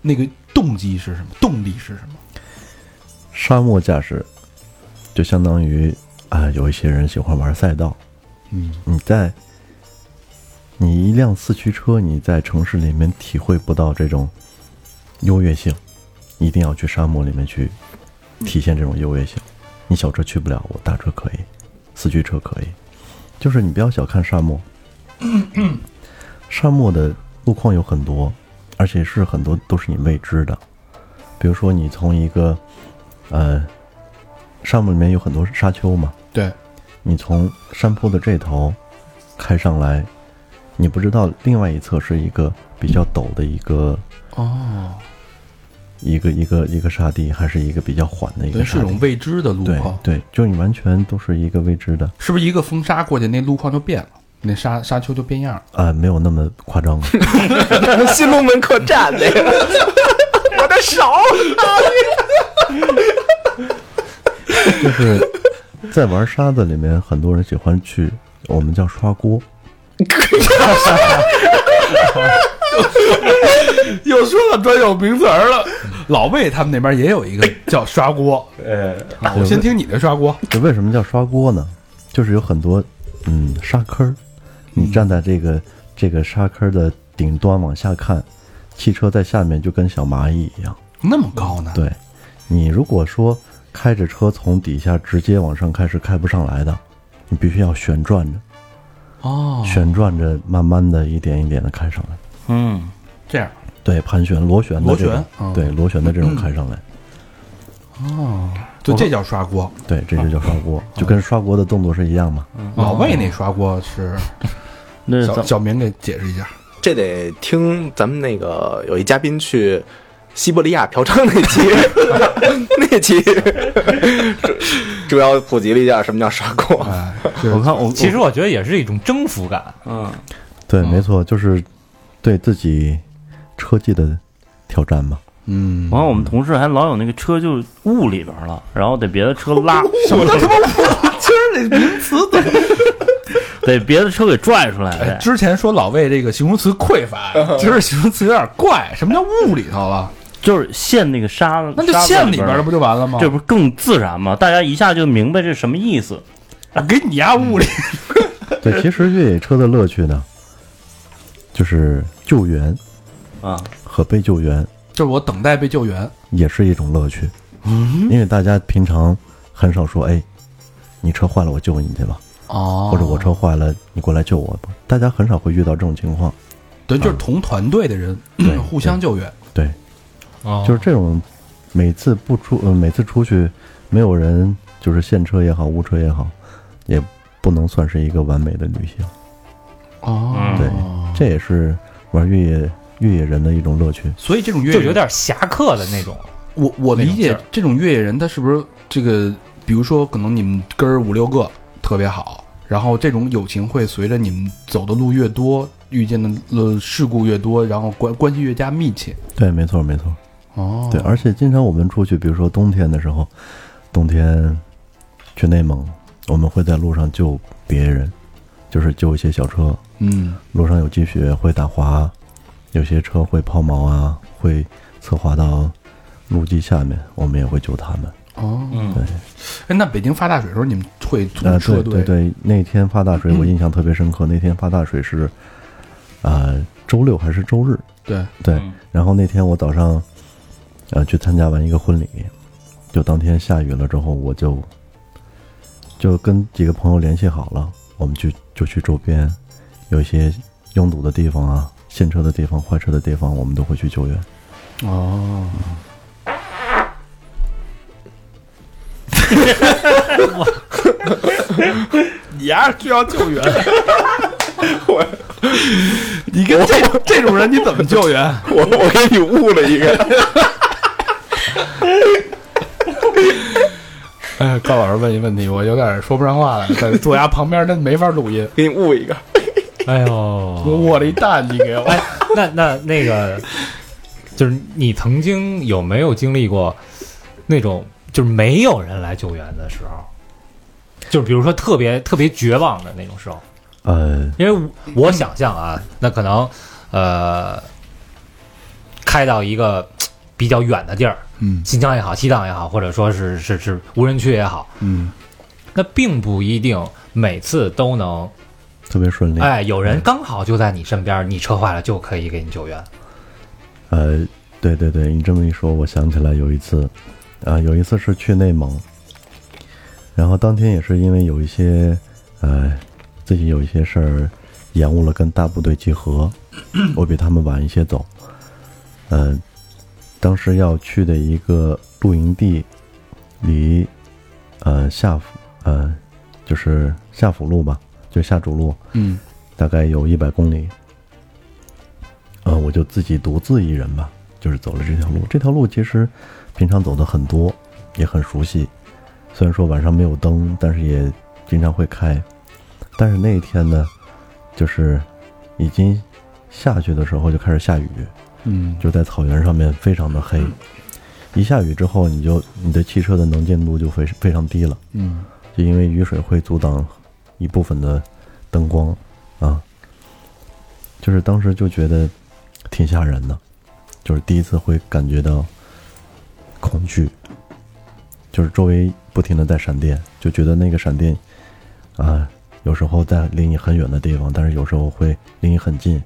S8: 那个动机是什么？动力是什么？
S11: 沙漠驾驶就相当于啊、有一些人喜欢玩赛道，
S8: 嗯，
S11: 你在你一辆四驱车，你在城市里面体会不到这种优越性，一定要去沙漠里面去体现这种优越性。你小车去不了，我大车可以，四驱车可以，就是你不要小看沙漠，沙漠的路况有很多，而且是很多都是你未知的，比如说你从一个呃沙漠里面有很多沙丘嘛，
S8: 对，
S11: 你从山坡的这头开上来，你不知道另外一侧是一个比较陡的一个
S8: 哦，
S11: 一个一个一个沙地，还是一个比较缓的一
S8: 对，
S11: 个
S8: 是
S11: 沙
S8: 啊种
S11: 地。
S8: 未知的路
S11: 对
S8: 况，
S11: 对，就是你完全都是一个未知的，
S8: 是不是一个风沙过去，那路况就变了，那沙沙丘就变样了？
S11: 啊，没有那么夸张了。
S9: 新龙门客栈那个， 我的手，
S11: 就是在玩沙子里面，很多人喜欢去我们叫刷锅，
S8: 又说到专有名词儿了。老魏他们那边也有一个叫刷锅，哎，我先听你的刷锅。
S11: 这为什么叫刷锅呢？就是有很多嗯沙坑儿，你站在这个、这个沙坑儿的顶端往下看，汽车在下面就跟小蚂蚁一样。
S8: 那么高呢？
S11: 对，你如果说开着车从底下直接往上开是开不上来的，你必须要旋转着，
S8: 哦
S11: 旋转着慢慢的一点一点的开上来。
S8: 嗯，这样
S11: 对，盘旋螺旋的这种
S8: 螺旋嗯
S11: 对螺旋的这种开上来。
S8: 哦，就这叫刷锅。
S11: 对，这就叫刷锅，就跟刷锅的动作是一样嘛。
S8: 老魏那刷锅 是，
S10: 那
S8: 小
S9: 咱
S8: 小明给解释一下。
S9: 这得听咱们那个有一嘉宾去西伯利亚嫖娼那期， 那期主主要普及了一下什么叫砂锅。
S11: 我看我
S5: 其实我觉得也是一种征服感，嗯，
S11: 对，没错，就是对自己车技的挑战嘛。
S8: 嗯，
S10: 完了，我们同事还老有那个车就雾里边了，然后得别的车 拉，
S8: 今儿这名词怎么？
S10: 得别的车给拽出来
S8: 哎
S10: 得。
S8: 之前说老魏这个形容词匮乏，今儿形容词有点怪。什么叫雾里头了？
S10: 就是陷那个沙，
S8: 那就
S10: 沙子
S8: 陷里边儿了不就完了吗
S10: 这不是更自然吗？大家一下就明白这什么意思。
S8: 我给你压雾里，
S11: 对，其实越野车的乐趣呢，就是救援
S10: 啊
S11: 和被救援
S8: 就是我等待被救援。
S11: 也是一种乐趣，
S8: 嗯
S11: 因为大家平常很少说，哎，你车坏了，我救你去吧，
S8: 哦，
S11: 或者我车坏了，你过来救我吧。大家很少会遇到这种情况，
S8: 对，就是同团队的人
S11: 嗯
S8: 嗯
S11: 对
S8: 互相救援。
S11: 对，
S5: 哦
S11: 就是这种，每次不出，呃，每次出去没有人，就是现车也好，无车也好，也不能算是一个完美的旅行。
S8: 哦
S11: 对，这也是玩越野越野人的一种乐趣。
S8: 所以这种越野
S5: 就
S8: 人
S5: 有点侠客的那种。
S8: 我我理
S5: 那
S8: 解
S5: 种劲
S8: 这种越野人，他是不是这个？比如说，可能你们哥儿五六个特别好，然后这种友情会随着你们走的路越多，遇见的呃事故越多，然后关关系越加密切。
S11: 对，没错，没错。
S8: 哦
S11: 对，而且经常我们出去，比如说冬天的时候，冬天去内蒙，我们会在路上救别人，就是救一些小车。
S8: 嗯，
S11: 路上有积雪，会打滑，有些车会抛锚啊，会侧滑到路基下面，我们也会救他们。
S8: 哦，
S10: 嗯
S11: 对，
S8: 哎，那北京发大水的时候，你们会组
S11: 呃，
S8: 车
S11: 对
S8: 队？
S11: 对对，那天发大水我印象特别深刻。那天发大水是，呃，周六还是周日？
S8: 对
S11: 对
S10: 嗯。
S11: 然后那天我早上，呃，去参加完一个婚礼，就当天下雨了之后，我就就跟几个朋友联系好了，我们去就去周边有一些拥堵的地方啊，陷车的地方、坏车的地方，我们都会去救援。
S8: 哦，你丫需要救援，
S9: 我
S8: 你跟这这种人你怎么救援？
S9: 我我给你悟了一个，
S8: 哎，高老师问一问题，我有点说不上话来，在坐牙旁边真没法录音，
S9: 给你悟一个。
S5: 哎呦，
S8: 我握了一蛋，你给我。
S5: 哎，那那那个，就是你曾经有没有经历过那种就是没有人来救援的时候？就是比如说特别特别绝望的那种时候，
S11: 呃，
S5: 因为我我想象啊，那可能呃，开到一个嘖比较远的地儿，
S8: 嗯
S5: 新疆也好，西藏也好，或者说是是是无人区也好，
S8: 嗯，
S5: 那并不一定每次都能，
S11: 特别顺利。
S5: 哎，有
S8: 嗯
S5: 人刚好就在你身边，你车坏了就可以给你救援。
S11: 呃，对对对，你这么一说，我想起来有一次，啊、有一次是去内蒙，然后当天也是因为有一些，呃，自己有一些事儿延误了跟大部队集合，我比他们晚一些走，呃，当时要去的一个露营地，离，呃下府呃，就是下府路吧，就下主路，
S8: 嗯，
S11: 大概有一百公里，呃，我就自己独自一人吧，就是走了这条路。这条路其实平常走的很多，也很熟悉。虽然说晚上没有灯，但是也经常会开。但是那一天呢，就是已经下去的时候就开始下雨，
S2: 嗯
S11: 就在草原上面非常的黑。一下雨之后，你就你对汽车的能见度就非非常低了。
S2: 嗯，
S11: 就因为雨水会阻挡一部分的灯光啊，就是当时就觉得挺吓人的，就是第一次会感觉到恐惧，就是周围不停的在闪电，就觉得那个闪电啊，有时候在离你很远的地方，但是有时候会离你很近，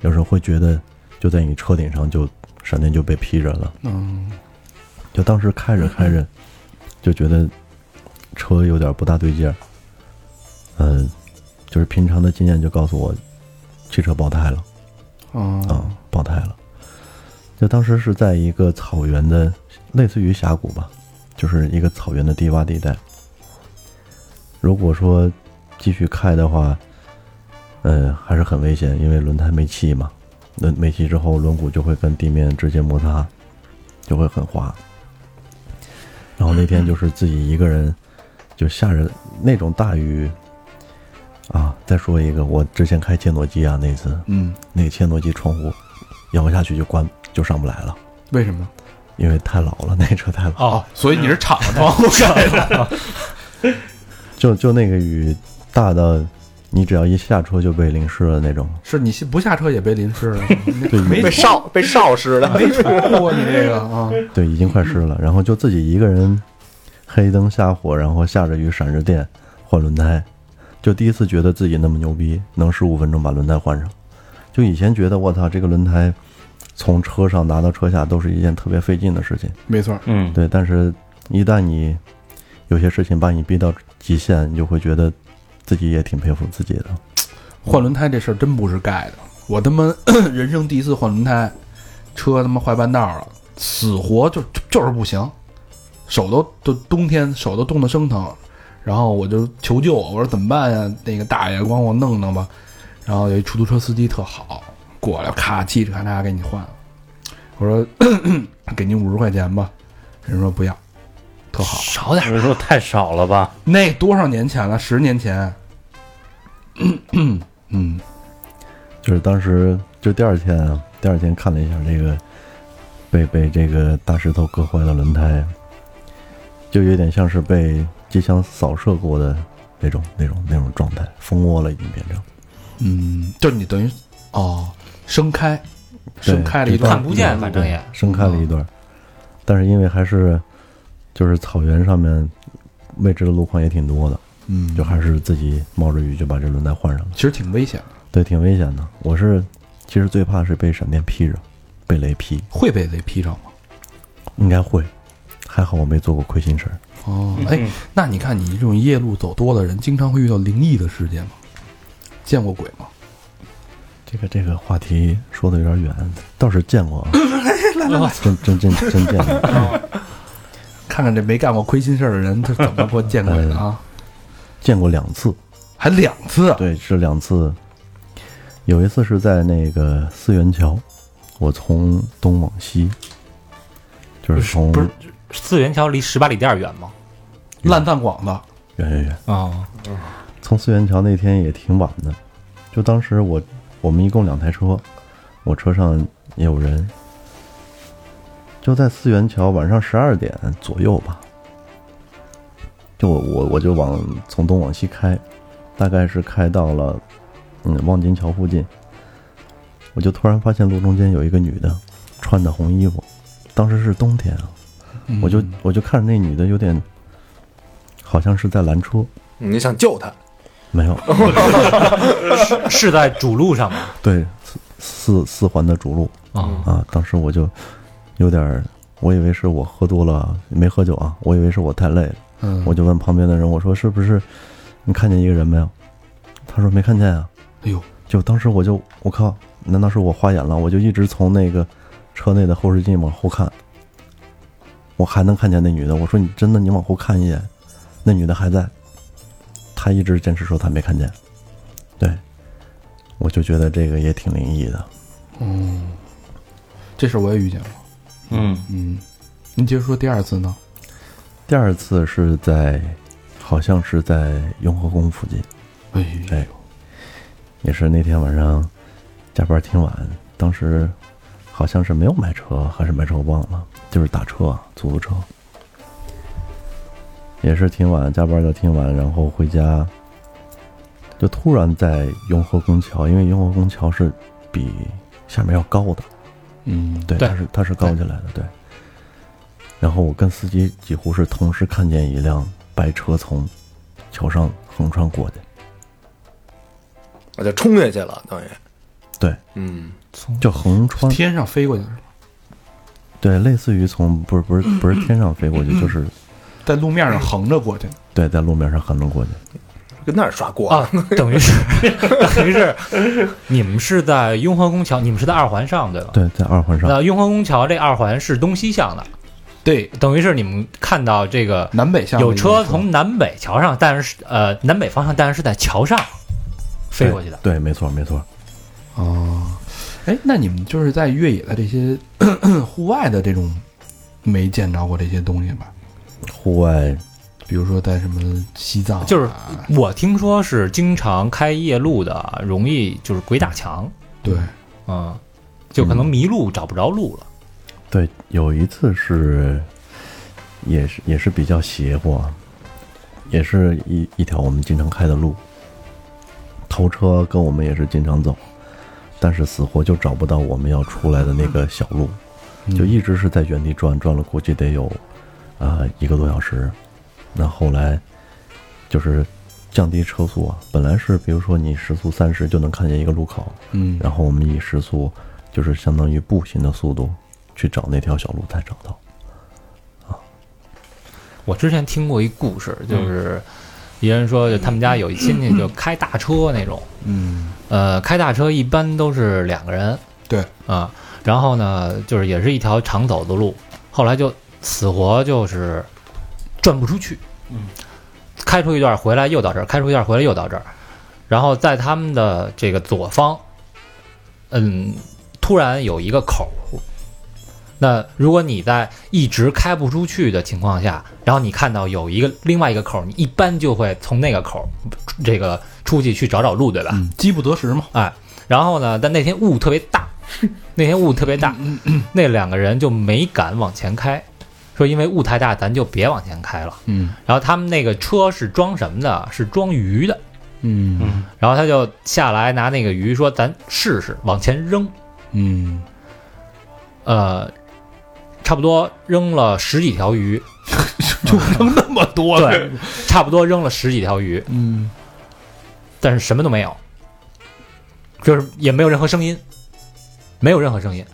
S11: 有时候会觉得就在你车顶上就闪电就被劈着了。
S8: 嗯，
S11: 就当时开着开着，就觉得车有点不大对劲儿。嗯、就是平常的经验就告诉我，汽车爆胎了
S8: 哦
S11: 啊、爆胎了。就当时是在一个草原的，类似于峡谷吧，就是一个草原的低洼地带。如果说继续开的话，呃，还是很危险，因为轮胎没气嘛。轮没气之后，轮毂就会跟地面直接摩擦，就会很滑。然后那天就是自己一个人，就下着那种大雨啊。再说一个，我之前开切诺基啊，那次，
S8: 嗯，
S11: 那切诺基窗户摇下去就关，就上不来了，
S8: 为什么？
S11: 因为太老了，那 车太老了。
S8: 哦，所以你是敞着窗户开的，
S11: 就就那个雨大到，你只要一下车就被淋湿了那种。
S8: 是你不下车也被淋 湿了，
S11: 对
S8: 没
S9: 被
S8: 烧
S9: 烧被烧湿的，
S8: 没窗户啊你这个啊，
S11: 对，已经快湿了。然后就自己一个人，黑灯瞎火，然后下着雨闪着电换轮胎，就第一次觉得自己那么牛逼，能十五分钟把轮胎换上。就以前觉得我操，这个轮胎从车上拿到车下都是一件特别费劲的事情。
S8: 没错，
S10: 嗯，
S11: 对，但是一旦你有些事情把你逼到极限，你就会觉得自己也挺佩服自己的。
S8: 换轮胎这事儿真不是盖的，我他妈 人生第一次换轮胎，车他妈坏半道了，死活就就就是不行，手都都冬天手都冻得生疼，然后我就求救，我说怎么办呀？那个大爷帮我弄弄吧，然后有一出租车司机特好，过来咔叽里咔嚓给你换了，我说 给您五十块钱吧，人说不要，特好，
S10: 少点，
S8: 嗯
S10: 人说太少了吧？
S8: 那多少年前了？十年前，嗯，
S11: 就是当时就第二天啊，第二天看了一下这个被被这个大石头割坏的轮胎啊，就有点像是被机枪扫射过的那种那种那种状态，蜂窝了已经变成。
S8: 嗯，就是你等于哦，生开，
S11: 对
S8: 生开了
S11: 就
S8: 一段，
S11: 当对对生开了一段。但是因为还是就是草原上面未知的路况也挺多的，
S8: 嗯，
S11: 就还是自己冒着雨就把这轮胎换上了，
S8: 其实挺危险的，
S11: 对，挺危险的。我是其实最怕是被闪电劈着，被雷劈，
S8: 会被雷劈着吗？
S11: 应该会。还好我没做过亏心事儿，
S8: 哦，哎，那你看你这种夜路走多的人，经常会遇到灵异的事件吗？见过鬼吗？
S11: 这个这个话题说的有点远，倒是见 过啊，
S8: 来
S5: 哦
S8: 来来，
S11: 真真真真见过，
S8: 看看这没干过亏心事儿的人，他怎么会见鬼的啊？
S11: 见过两次，
S8: 还两次？啊
S11: 对，是两次。有一次是在那个四元桥，我从东往西，就是从
S5: 不是四元桥离十八里店远 吗？
S8: 烂饭馆子，
S11: 远远远
S5: 啊，
S11: 从四元桥那天也挺晚的，就当时我我们一共两台车，我车上也有人，就在四元桥晚上十二点左右吧，就我我我就往从东往西开，大概是开到了嗯望京桥附近，我就突然发现路中间有一个女的，穿的红衣服，当时是冬天啊，我就
S8: 嗯
S11: 我就看着那女的有点，好像是在拦车，
S9: 你想救他，
S11: 没有。
S5: 是是在主路上吗？
S11: 对，四四四环的主路
S5: 啊
S8: 嗯
S11: 啊，当时我就有点儿，我以为是我喝多了，没喝酒啊，我以为是我太累了，
S8: 嗯
S11: 我就问旁边的人，我说是不是你看见一个人没有？他说没看见啊。
S8: 哎呦，
S11: 就当时我就我靠，难道是我花眼了？我就一直从那个车内的后视镜往后看，我还能看见那女的。我说你真的，你往后看一眼，那女的还在。她一直坚持说她没看见。对，我就觉得这个也挺灵异的。
S8: 嗯，这事儿我也遇见过。
S10: 嗯
S8: 嗯，您接着说第二次呢？
S11: 第二次是在，好像是在雍和宫附近。
S8: 哎
S11: 也是那天晚上加班挺晚，当时好像是没有买车，还是买车我忘了，就是打车，出租车。也是挺晚，加班到挺晚，然后回家，就突然在雍和宫桥，因为雍和宫桥是比下面要高的，
S8: 嗯，
S11: 对，
S5: 对
S11: 它是它是高起来的，对。然后我跟司机几乎是同时看见一辆白车从桥上横穿过去，
S9: 我就冲下去了，等于
S11: 对，
S9: 嗯，
S11: 就横穿
S8: 天上飞过去，
S11: 对，类似于从不是不是不是天上飞过去，就是
S8: 在路面上横着过去，
S11: 对，在路面上横着过去。
S9: 跟那儿刷锅
S5: 啊， 等于是等于是你们是在雍和宫桥，你们是在二环上对吧？
S11: 对，在二环上，
S5: 那雍和宫桥这二环是东西向的，
S8: 对，
S5: 等于是你们看到这个
S8: 南北向的
S5: 有
S8: 一
S5: 车
S8: 个
S5: 从南北桥上，但是呃南北方向，但是是在桥上飞过去的。
S11: 对，没错没错。
S8: 哦，哎，那你们就是在越野的这些 咳咳户外的这种，没见着过这些东西吧？
S11: 户外，
S8: 比如说在什么西藏啊、
S5: 就是我听说是经常开夜路的，容易就是鬼打墙，
S8: 对，
S5: 嗯，就可能迷路找不着路了。
S11: 对，有一次是，也是也是比较邪乎啊，也是一一条我们经常开的路，头车跟我们也是经常走，但是死活就找不到我们要出来的那个小路，就一直是在原地转，转了估计得有啊、一个多小时。那后来就是降低车速啊，本来是比如说你时速三十就能看见一个路口，
S8: 嗯
S11: 然后我们以时速就是相当于步行的速度去找那条小路才找到。
S5: 我之前听过一故事，就是一人说，就他们家有一亲戚就开大车那种，
S8: 嗯，
S5: 呃，开大车一般都是两个人
S8: 对，
S5: 啊，然后呢，就是也是一条常走的路，后来就死活就是转不出去，
S10: 嗯，
S5: 开出一段回来又到这儿，开出一段回来又到这儿，然后在他们的这个左方，嗯，突然有一个口儿。那如果你在一直开不出去的情况下，然后你看到有一个另外一个口儿，你一般就会从那个口儿这个出去去找找路，对吧？
S8: 嗯，饥不择食嘛。
S5: 哎，然后呢，但那天雾特别 大，那天雾特别大，
S8: 嗯
S5: 那两个人就没敢往前开，说因为雾太大，咱就别往前开了。
S8: 嗯
S5: 然后他们那个车是装什么的？是装鱼的。
S8: 嗯
S5: 然后他就下来拿那个鱼说：“咱试试往前扔。
S8: 嗯，”
S5: 呃，差不多扔了十几条鱼，
S8: 就扔那么多，
S5: 对，差不多扔了十几条鱼，
S8: 嗯，
S5: 但是什么都没有，就是也没有任何声音，没有任何声音。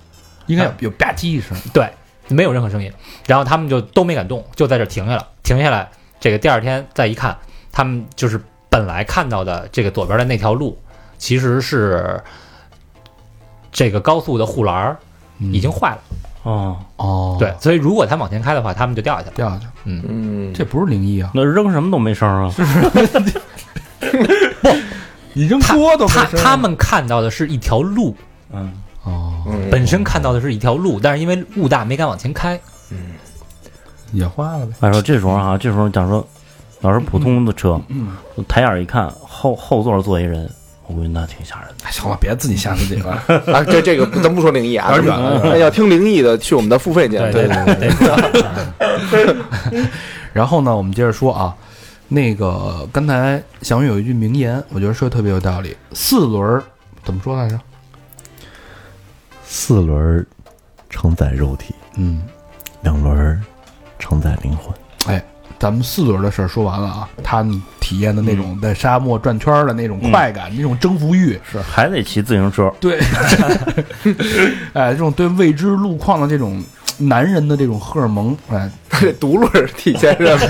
S8: 应该有有吧唧一声，
S5: 对，没有任何声音。然后他们就都没敢动，就在这儿停下了。停下来，这个第二天再一看，他们就是本来看到的这个左边的那条路，其实是这个高速的护栏儿已经坏了。
S10: 哦，
S8: 哦，
S5: 对，，所以如果他往前开的话，他们就掉下去了。
S8: 掉下去了，
S9: 嗯，
S8: 这不是灵异啊，
S10: 那扔什么都没声儿啊，
S8: 你扔锅都没
S5: 他
S8: 声儿
S5: 他们看到的是一条路，
S10: 嗯，
S8: 哦，
S9: 嗯
S5: 本身看到的是一条路，但是因为雾大没敢往前开。
S8: 也花了呗，
S10: 按说这时候哈、这时候假如说要是普通的车，
S11: 嗯
S10: 我抬眼一看，后后座坐一人，我估计那挺吓人的。
S8: 哎行了，别自己吓自己了，
S9: 啊，这这个咱不说灵异啊，远了。要听灵异的，去我们的付费节目。
S5: 对对，
S8: 然后呢，我们接着说啊，那个刚才小雨有一句名言，我觉得说的特别有道理。四轮儿怎么说来着？
S11: 四轮儿承载肉体，
S8: 嗯，
S11: 两轮儿承载灵魂。
S8: 哎，咱们四轮儿的事儿说完了啊，他们体验的那种在沙漠转圈儿的那种快感，那种征服欲，嗯是
S10: 还得骑自行 车，
S8: 对，哎，这种对未知路况的这种男人的这种荷尔蒙，哎，
S9: 这 独轮儿体现什么？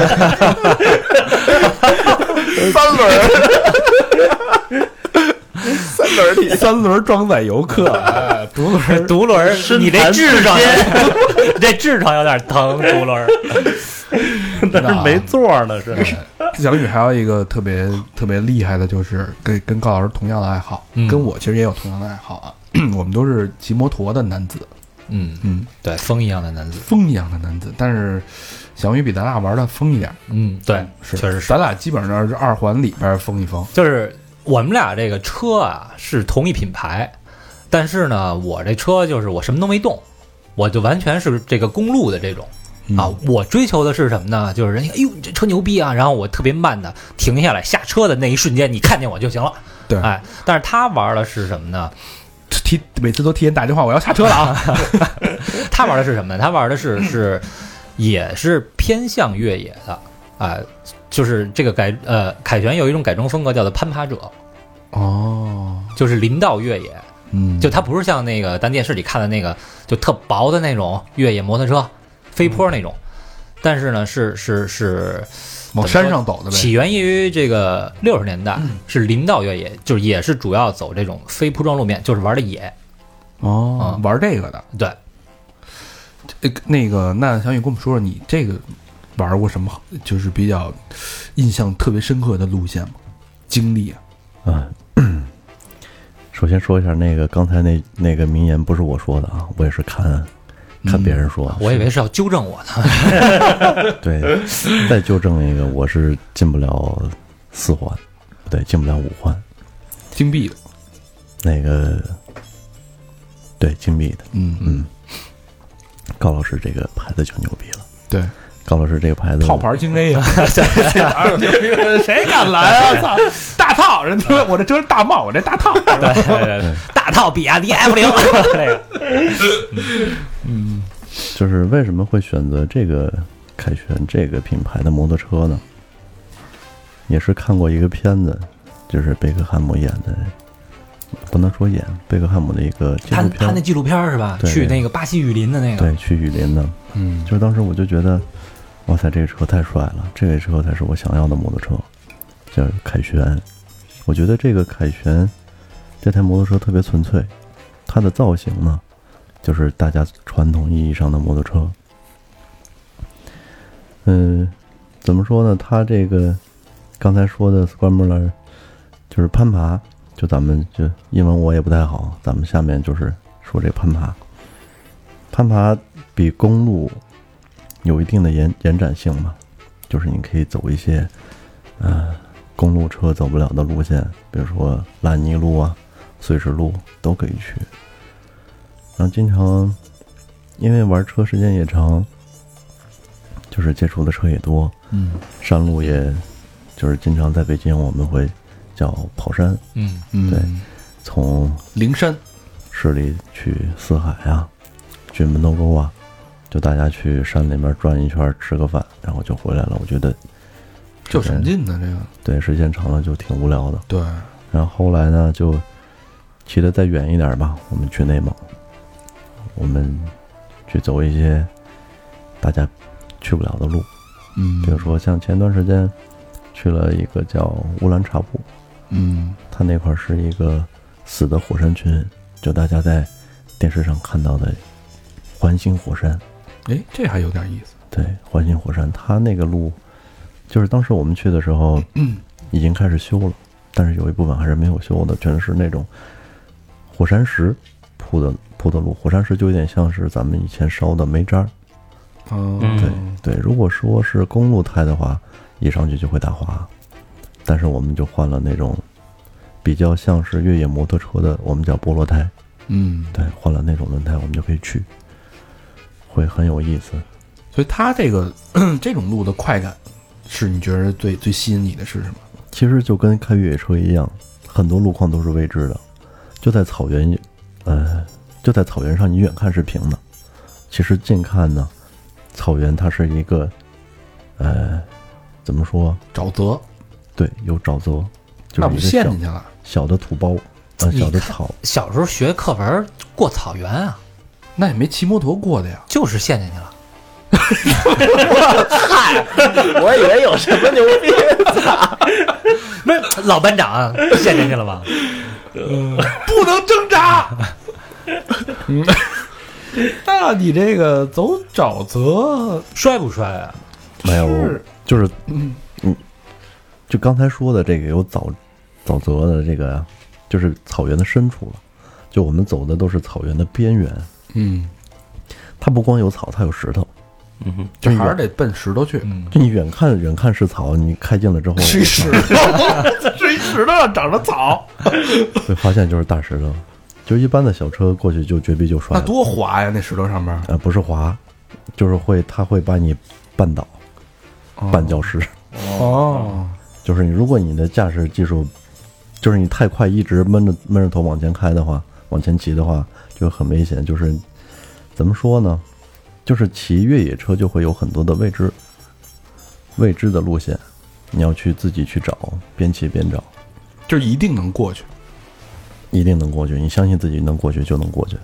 S9: 三轮儿，三轮儿体 现
S8: 三轮装载游客，哎，独轮儿
S5: 独轮儿，你这智商，你这智商有点疼，独轮儿。
S10: 但是没座呢，是
S8: 小雨还有一个特别特别厉害的，就是跟跟高老师同样的爱好，
S5: 嗯
S8: 跟我其实也有同样的爱好啊。我们都是骑摩托的男子，
S5: 嗯嗯，对，风一样的男子，
S8: 风一样的男子，但是小明比咱俩玩的疯一点，
S5: 嗯，对，
S8: 是，
S5: 确实是，
S8: 咱俩基本上是二环里边疯一疯，
S5: 就是我们俩这个车啊是同一品牌，但是呢，我这车就是我什么都没动，我就完全是这个公路的这种。
S8: 嗯
S5: 啊，我追求的是什么呢？就是人家，哎呦，你这车牛逼啊！然后我特别慢的停下来下车的那一瞬间，你看见我就行了。
S8: 对
S5: 哎，但是他玩的是什么呢？
S8: 提每次都提前打电话，我要下车了啊！
S5: 他玩的是什么呢？他玩的是是也是偏向越野的啊、就是这个改呃，凯旋有一种改装风格叫做攀爬者，
S8: 哦，
S5: 就是林道越野。
S8: 嗯，
S5: 就它不是像那个咱电视里看的那个就特薄的那种越野摩托车，飞坡那种，但是呢是是是
S8: 往山上走的呗
S5: 起源于这个六十年代，是林道越野，就是也是主要走这种非铺装路面，就是玩的野。
S8: 哦，玩这个的，
S5: 对，
S8: 呃，那个，那小雨跟我们说说你这个玩过什么好，就是比较印象特别深刻的路线吗？经历啊，
S11: 啊。 首先说一下那个刚才那那个名言不是我说的啊，我也是看
S10: 嗯
S11: 看别人说的。
S5: 我以为是要纠正我呢。
S11: 对，再纠正一个，我是进不了四环，不对，进不了五环，
S8: 金币的，
S11: 那个对金币的，
S8: 嗯
S11: 嗯，高老师这个牌子就牛逼了。
S8: 对，
S11: 高老师这个牌子
S8: 套牌精 A 啊，谁敢来啊？操，大套人说我这车是大帽，我这大套，
S5: 大套比亚迪 F 零，
S11: 就是为什么会选择这个凯旋这个品牌的摩托车呢？也是看过一个片子，就是贝克汉姆演的，不能说演贝克汉姆的一个纪
S5: 他
S11: 录片。
S5: 他那纪录片儿是吧？
S11: 对
S5: 去那个巴西雨林的那个，
S11: 对，去雨林的，
S8: 嗯，
S11: 就是当时我就觉得，哇塞，这个车太帅了，这个车才是我想要的摩托车，叫凯旋。我觉得这个凯旋这台摩托车特别纯粹，它的造型呢，就是大家传统意义上的摩托车。嗯，怎么说呢？它这个刚才说的 scrambler 就是攀爬，就咱们就英文我也不太好，咱们下面就是说这攀爬。攀爬比公路有一定的延延展性嘛，就是你可以走一些呃公路车走不了的路线，比如说烂泥路啊、碎石路都可以去。然后经常因为玩车时间也长，就是接触的车也多，
S8: 嗯，
S11: 山路也就是经常在北京我们会叫跑山，
S8: 嗯嗯
S11: 对，从
S8: 灵山
S11: 市里去四海啊，去门头沟啊，就大家去山里面转一圈，吃个饭，然后就回来了。我觉得
S8: 这有什么劲呢？这个
S11: 对，时间长了就挺无聊的。
S8: 对，
S11: 然后后来呢，就骑得再远一点吧，我们去内蒙，我们去走一些大家去不了的路，
S8: 嗯，
S11: 比如说像前段时间去了一个叫乌兰察布，
S8: 嗯，
S11: 它那块儿是一个死的火山群，就大家在电视上看到的环形火山，
S8: 哎，这还有点意思，
S11: 对，环形火山，它那个路就是当时我们去的时候，
S8: 嗯，
S11: 已经开始修了，但是有一部分还是没有修的，全是那种火山石铺的铺的路。火山石就有点像是咱们以前烧的煤渣儿，
S8: 哦，
S11: 对对。如果说是公路胎的话，一上去就会打滑，但是我们就换了那种比较像是越野摩托车的，我们叫菠萝胎，
S8: 嗯，
S11: 对，换了那种轮胎，我们就可以去，会很有意思。
S8: 所以他这个这种路的快感，是你觉得最最吸引你的是什么？
S11: 其实就跟开越野车一样，很多路况都是未知的，就在草原，呃，就在草原上，你远看是平的，其实近看呢，草原它是一个，呃，怎么说？
S8: 沼泽。
S11: 对，有沼泽，就是
S5: 那不
S11: 一个
S5: 陷
S11: 小
S5: 进去了
S11: 小的土包，呃，
S5: 你
S11: 小的
S5: 看
S11: 草，
S5: 小时候学课文过草原啊，
S8: 那也没骑摩托过的呀，
S5: 就是陷进去了。
S9: 我以为有什么牛逼，
S5: 那老班长啊陷进去了吗？
S8: 不能挣扎。那你这个走沼泽
S5: 摔不摔啊？
S11: 没有
S8: 是，
S11: 就是，嗯，就刚才说的这个有沼沼泽的这个，就是草原的深处了，就我们走的都是草原的边缘，
S8: 嗯，
S11: 它不光有草，它有石头。
S10: 嗯哼，
S8: 就还是得奔石头去。
S11: 就你远看远看是草，你开近了之后
S8: 嗯是一石头，是一石头上长着草，
S11: 会发现就是大石头，就是一般的小车过去就绝壁就摔
S8: 那
S11: 了。
S8: 多滑呀！那石头上面，
S11: 啊，不是滑，就是会它会把你绊倒，绊脚石。
S8: 哦，
S11: 就是你如果你的驾驶技术，就是你太快一直闷着闷着头往前开的话，往前骑的话就很危险。就是怎么说呢？就是骑越野车就会有很多的未知未知的路线，你要去自己去找，边骑边找。
S8: 就是一定能过去。
S11: 一定能过去，你相信自己能过去就能过去。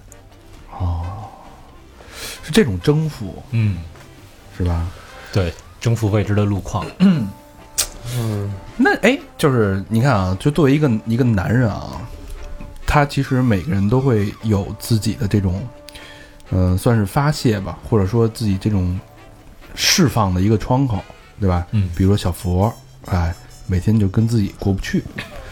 S8: 是这种征服，
S5: 嗯，
S8: 是吧？
S5: 对，征服未知的路况，
S8: 嗯，那哎，就是你看啊，就作为一个一个男人啊，他其实每个人都会有自己的这种，嗯、算是发泄吧，或者说自己这种释放的一个窗口，对吧？
S5: 嗯，
S8: 比如说小佛，哎，每天就跟自己过不去，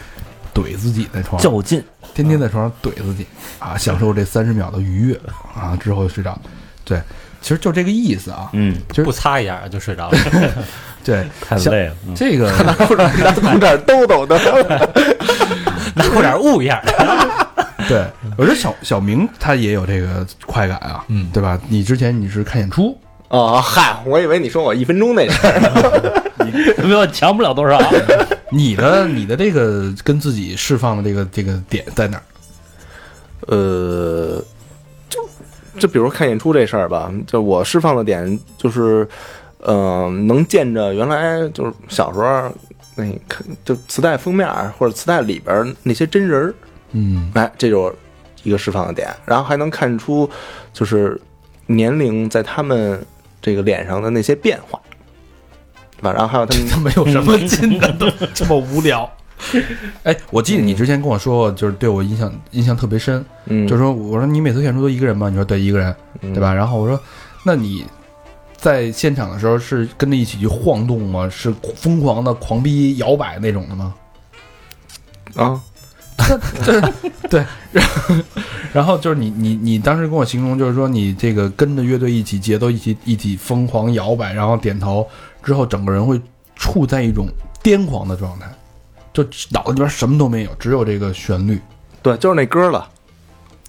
S8: 怼自己在床上
S10: 较劲，
S8: 天天在床上怼自己啊，享受这三十秒的愉悦啊，之后睡着。对，其实就这个意思啊。
S10: 嗯，
S8: 就是
S5: 不擦一下就睡着了。
S8: 对，
S10: 太
S8: 像
S10: 累了嗯
S8: 这个
S9: 拿裤衩兜兜的，
S5: 拿裤衩捂一下，
S8: 对，我觉得小小明他也有这个快感啊，嗯，对吧？你之前你是看演出，
S9: 哦，嗨，我以为你说我一分钟那事儿，
S10: 没有强不了多少。
S8: 你的你的这个跟自己释放的这个这个点在哪儿？
S9: 呃，就就比如看演出这事儿吧，就我释放的点就是，呃，能见着原来就是小时候那看就磁带封面儿或者磁带里边儿那些真人儿，
S8: 嗯，
S9: 哎，这就是一个释放的点，然后还能看出就是年龄在他们这个脸上的那些变化，对吧？然后还有他们
S8: 他没有什么劲的，都 这么无聊。哎，我记得你之前跟我说过，就是对我印象印象特别深，
S9: 嗯
S8: 就是说我说你每次演出都一个人吗？你说对，一个人，对吧？然后我说，那你在现场的时候是跟着一起去晃动吗？是疯狂的狂逼摇摆那种的吗？
S9: 啊，
S8: 对，然后然后就是你你你当时跟我形容，就是说你这个跟着乐队一起节奏一起一起疯狂摇摆，然后点头之后，整个人会处在一种癫狂的状态，就脑子里边什么都没有，只有这个旋律。
S9: 对，就是那歌了。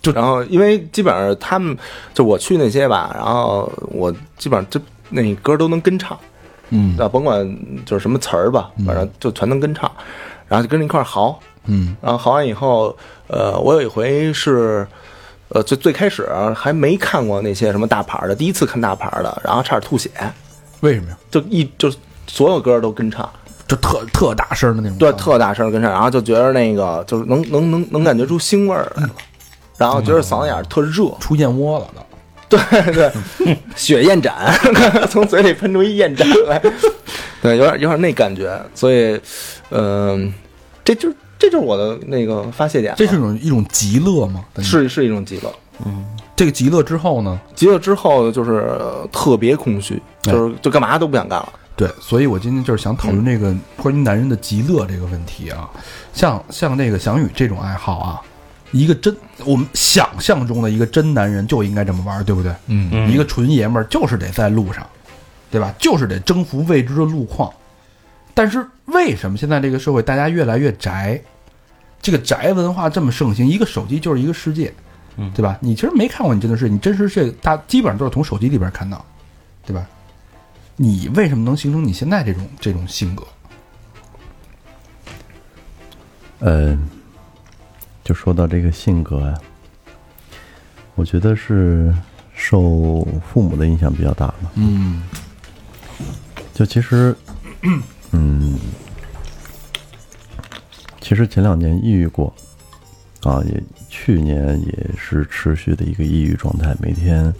S8: 就
S9: 然后，因为基本上他们就我去那些吧，然后我基本上就那歌都能跟唱，
S8: 嗯
S9: 啊，甭管就是什么词儿吧，反正就全能跟唱，然后就跟着一块儿嚎，
S8: 嗯
S9: 然后嚎完以后，呃，我有一回是，呃，最最开始还没看过那些什么大牌儿的，第一次看大牌儿的，然后差点吐血，
S8: 为什么呀？
S9: 就一就是所有歌都跟唱，
S8: 就特特大声的那种。
S9: 对，特大声跟上，然后就觉得那个就是能能能能感觉出腥味儿来了，然后觉得嗓子眼儿特热，
S8: 出燕窝了都。
S9: 对对，血燕盏 从嘴里喷出一燕盏来， 对，有点有点那感觉，所以，嗯、这就这就是我的那个发泄点了，嗯
S8: 这是一种一种极乐吗？等于
S9: 是是一种极乐，
S8: 这个极乐之后呢？
S9: 极乐之后就是呃特别空虚，就是就干嘛都不想干了，
S8: 对，所以我今天就是想讨论这个关于男人的极乐这个问题啊，像像这个翔宇这种爱好啊，一个真我们想象中的一个真男人就应该这么玩儿，对不对？
S5: 嗯，
S10: 嗯
S8: 一个纯爷们儿就是得在路上，对吧？就是得征服未知的路况。但是为什么现在这个社会大家越来越宅？这个宅文化这么盛行，一个手机就是一个世界，对吧？你其实没看过你真的是你真实世界，大基本上都是从手机里边看到，对吧？你为什么能形成你现在这种这种性格？
S11: 呃，就说到这个性格呀、我觉得是受父母的影响比较大吧。
S8: 嗯
S11: 就其实， 嗯，其实前两年抑郁过，啊，也去年也是持续的一个抑郁状态，每天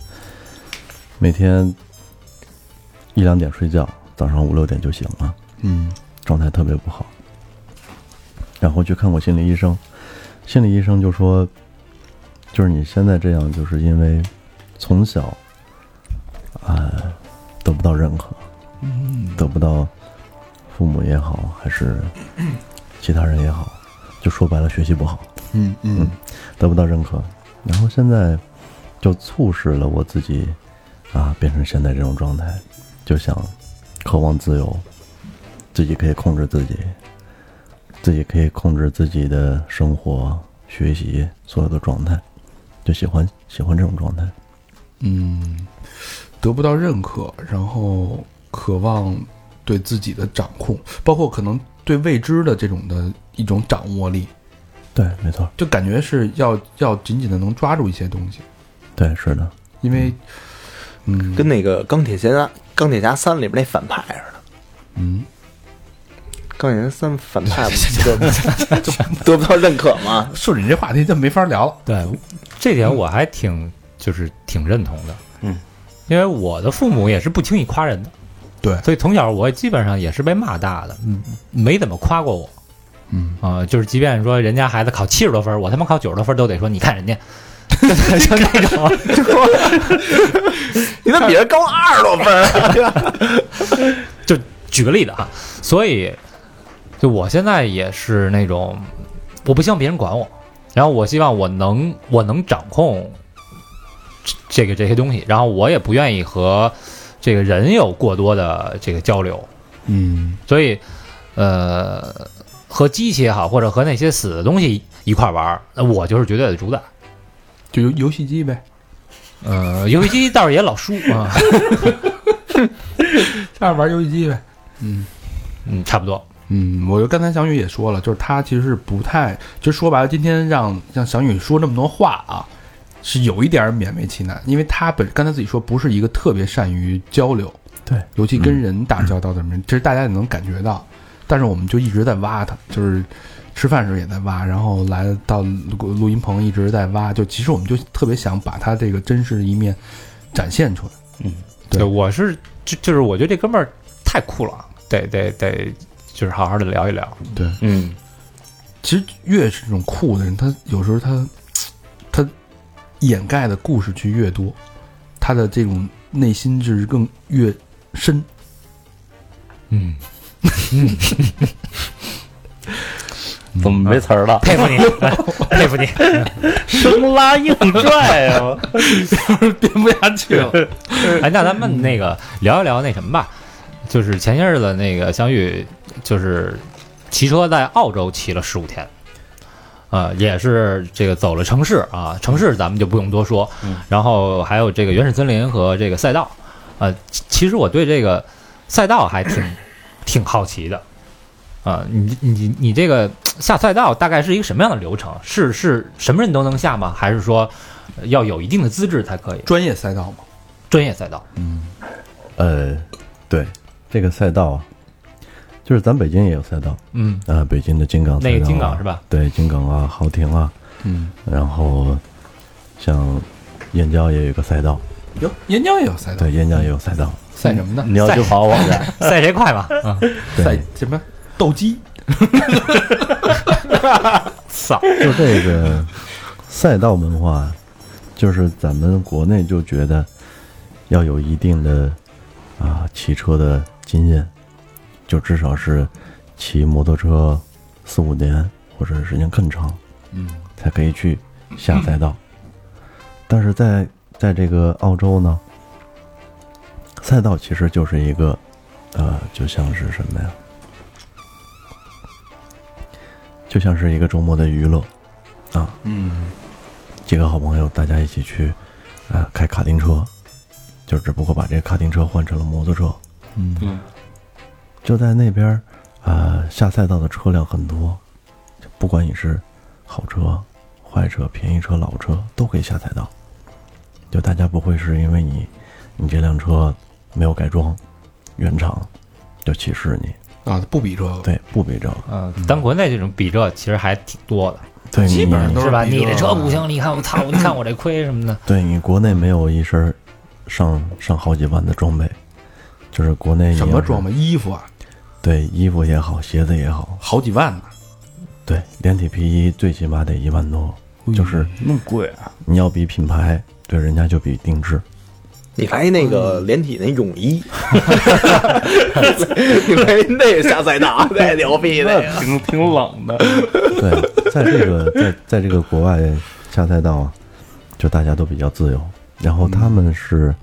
S11: 每天一两点睡觉，早上五六点就醒了，
S8: 嗯
S11: 状态特别不好。然后去看过心理医生，心理医生就说，就是你现在这样，就是因为从小啊、得不到认可，
S8: 嗯
S11: 得不到父母也好，还是其他人也好，就说白了，学习不好，
S8: 嗯嗯
S11: 得不到认可。然后现在就促使了我自己啊，变成现在这种状态，就想渴望自由，自己可以控制自己，自己可以控制自己的生活、学习所有的状态，就喜欢喜欢这种状态。
S8: 嗯，得不到认可，然后渴望对自己的掌控，包括可能对未知的这种的一种掌握力，
S11: 对，没错，
S8: 就感觉是要要紧紧的能抓住一些东西，
S11: 对，是的，
S8: 因为嗯，
S9: 跟那个钢铁侠钢铁侠三里边那反派似的。
S8: 嗯，
S9: 钢铁侠三反 派不得就得不到认可吗？
S8: 嗯顺着你这话题就没法聊了。
S5: 对，这点我还挺就是挺认同的，
S9: 嗯，
S5: 因为我的父母也是不轻易夸人的，
S8: 对，
S5: 所以从小我基本上也是被骂大的，嗯，没怎么夸过我。
S8: 嗯
S5: 啊、就是即便说人家孩子考七十多分儿，我他妈考九十多分儿都得说你看人家，就那种，
S9: 你怎么比人高二十多分儿啊？
S5: 就举个例子啊，所以就我现在也是那种，我不希望别人管我，然后我希望我能我能掌控这这个这些东西，然后我也不愿意和这个人有过多的这个交流，
S8: 嗯
S5: 所以呃，和机器也好，或者和那些死的东西一块儿玩儿，那我就是绝对的主宰。
S8: 就游游戏机呗。
S5: 呃，游戏机倒是也老输啊，
S8: 上玩游戏机呗。嗯
S5: 嗯，差不多。
S8: 嗯，我就刚才小雨也说了，就是他其实是不太，其实说白了，今天让让小雨说这么多话啊，是有一点儿勉为其难，因为他本刚才自己说不是一个特别善于交流，
S11: 对，
S8: 尤其跟人打交道的人，其实大家也能感觉到，但是我们就一直在挖他，就是吃饭时候也在挖，然后来到录录音棚一直在挖，就其实我们就特别想把他这个真实的一面展现出来，
S11: 嗯，
S5: 对，我是就就是我觉得这哥们儿太酷了，啊得得得，就是好好的聊一聊。
S8: 对，
S5: 嗯，
S8: 其实越是这种酷的人，他有时候他他掩盖的故事去越多，他的这种内心就是更越深。
S5: 嗯，
S11: 怎么没词儿了？
S5: 啊佩服你， 来佩服你，
S10: 生拉硬拽啊！
S8: 编不下去了。
S5: 哎，那咱 们那个聊一聊那什么吧，就是前些日子那个相遇，就是骑车在澳洲骑了十五天，呃，也是这个走了城市啊，城市咱们就不用多说，
S8: 嗯
S5: 然后还有这个原始森林和这个赛道，呃，其其实我对这个赛道还挺挺好奇的。啊、你你你这个下赛道大概是一个什么样的流程？是是什么人都能下吗？还是说呃要有一定的资质才可以？
S8: 专业赛道嘛，
S5: 专业赛道。
S11: 呃，对，这个赛道啊，就是咱北京也有赛道，
S5: 嗯
S11: 啊、北京的金港赛道、啊，
S5: 那个金港是吧？
S11: 对，金港啊，豪庭啊，
S8: 嗯，
S11: 然后像燕郊也有一个赛道，
S8: 哟，岩浆也有赛道，
S11: 对，燕郊也有赛道，
S8: 赛什么呢？
S11: 你要去跑网站，
S5: 赛谁快嘛？
S8: 赛
S11: 嗯对，
S8: 什么斗鸡？
S5: 操！
S11: 就这个赛道文化，就是咱们国内就觉得要有一定的啊骑车的经验，就至少是骑摩托车四五年或者时间更长，
S8: 嗯，
S11: 才可以去下赛道。但是在在这个澳洲呢，赛道其实就是一个呃，就像是什么呀？就像是一个周末的娱乐，啊，
S8: 嗯，
S11: 几个好朋友大家一起去，呃，开卡丁车，就只不过把这个卡丁车换成了摩托车，
S8: 嗯，
S11: 就在那边，呃，下赛道的车辆很多，就不管你是好车、坏车、便宜车、老车，都可以下赛道。就大家不会是因为你，你这辆车没有改装，原厂就歧视你，
S8: 啊，不比这个，
S11: 对，不比这个，
S5: 嗯，咱国内这种比这其实还挺多的，
S11: 对，
S8: 基本上
S11: 你
S8: 都
S5: 是吧？
S8: 比
S5: 你这
S8: 个
S5: 车不行，你看我操，你看我这亏什么的。
S11: 对你国内没有一身儿上上好几万的装备，就是国内你
S8: 什么
S11: 要是
S8: 装？备？衣服啊，
S11: 对，衣服也好，鞋子也好，
S8: 好几万呢。
S11: 对，连体皮衣最起码得一万多，就是
S10: 哎那么贵啊！
S11: 你要比品牌，对人家就比定制，
S9: 你来那个连体那泳衣，你来那个下赛道 太牛逼了！
S10: 挺挺冷的，
S11: 对，在这 个在在这个国外下赛道啊，就大家都比较自由，然后他们是，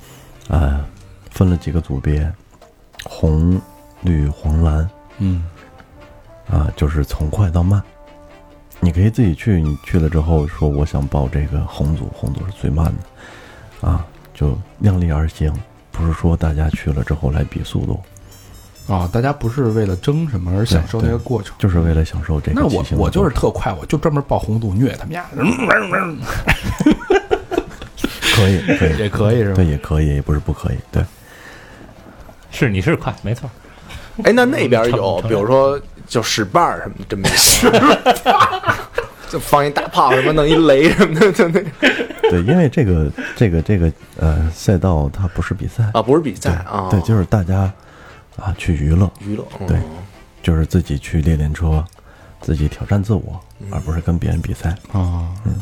S10: 嗯
S11: 呃，分了几个组别，红、绿、黄、蓝，
S2: 嗯，
S11: 啊，就是从快到慢。你可以自己去，你去了之后说我想报这个红组，红组是最慢的，啊，就量力而行，不是说大家去了之后来比速度，
S8: 啊、大家不是为了争什么而享受那个过程。
S11: 就是为了享受这个
S8: 那
S11: 骑
S8: 我
S11: 行的
S8: 我就
S11: 过
S8: 是特快，我就专门报红肚虐他们家。
S11: 程可以，可以，
S8: 也可以是吧
S11: 对，也可以，也不是不可以，对。
S5: 是你是快，没错。
S9: 哎，那那边有，
S5: 成
S9: 比如说就使绊儿什么的，真没使绊儿， 就放一大炮什么，弄一雷什么的，就那
S11: 对，因为这个这个这个呃赛道它不是比赛
S8: 哦
S9: 啊，不是比赛啊，
S11: 对，就是大家啊去娱乐
S8: 哦
S9: 娱乐
S11: 对，就是自己去练练车，自己挑战自我，而不是跟别人比赛
S8: 啊。
S11: 嗯，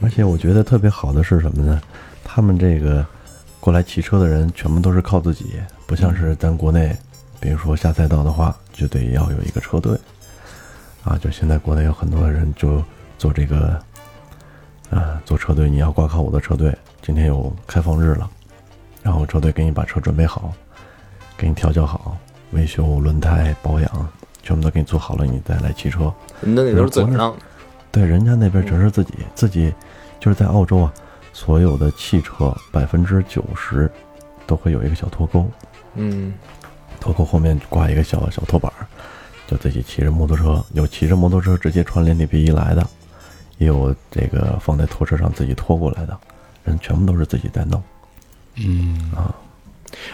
S11: 而且我觉得特别好的是什么呢？他们这个过来骑车的人全部都是靠自己，不像是咱国内，比如说下赛道的话，就得要有一个车队啊。就现在国内有很多人就做这个。啊，做车队你要挂靠我的车队，今天有开放日了，然后车队给你把车准备好，给你调教好，维修、轮胎保养，全部都给你做好了，你再来骑车。
S9: 那那都是自个儿弄的。
S11: 对，人家那边全是自己，自己就是在澳洲啊，所有的汽车百分之九十都会有一个小脱钩，
S9: 嗯，
S11: 脱钩后面挂一个小小拖板儿，就自己骑着摩托车，有骑着摩托车直接穿连体皮衣来的，也有这个放在拖车上自己拖过来的，人全部都是自己在弄。
S8: 嗯
S11: 啊，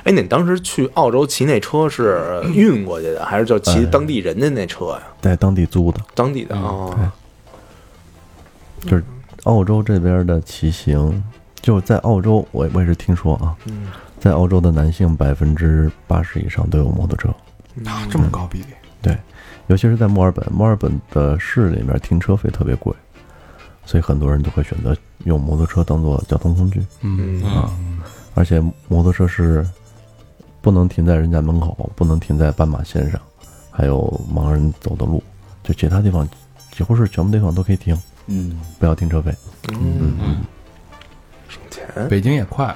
S9: 哎，你当时去澳洲骑那车是运过去的，还是就骑当地人家那车呀？
S11: 在当地租的，
S9: 当地的哦，
S11: 就是澳洲这边的骑行，就在澳洲，我我也是听说啊，
S9: 嗯
S11: 在澳洲的男性百分之八十以上都有摩托车，
S8: 啊，这么高比例，
S11: 对，尤其是在墨尔本，墨尔本的市里面停车费特别贵，所以很多人都会选择用摩托车当做交通工具。
S8: 嗯
S11: 啊，而且摩托车是不能停在人家门口，不能停在斑马线上，还有盲人走的路，就其他地方几乎是全部地方都可以停。
S8: 嗯，
S11: 不要停车费。
S9: 嗯
S11: 嗯，
S8: 北京也快，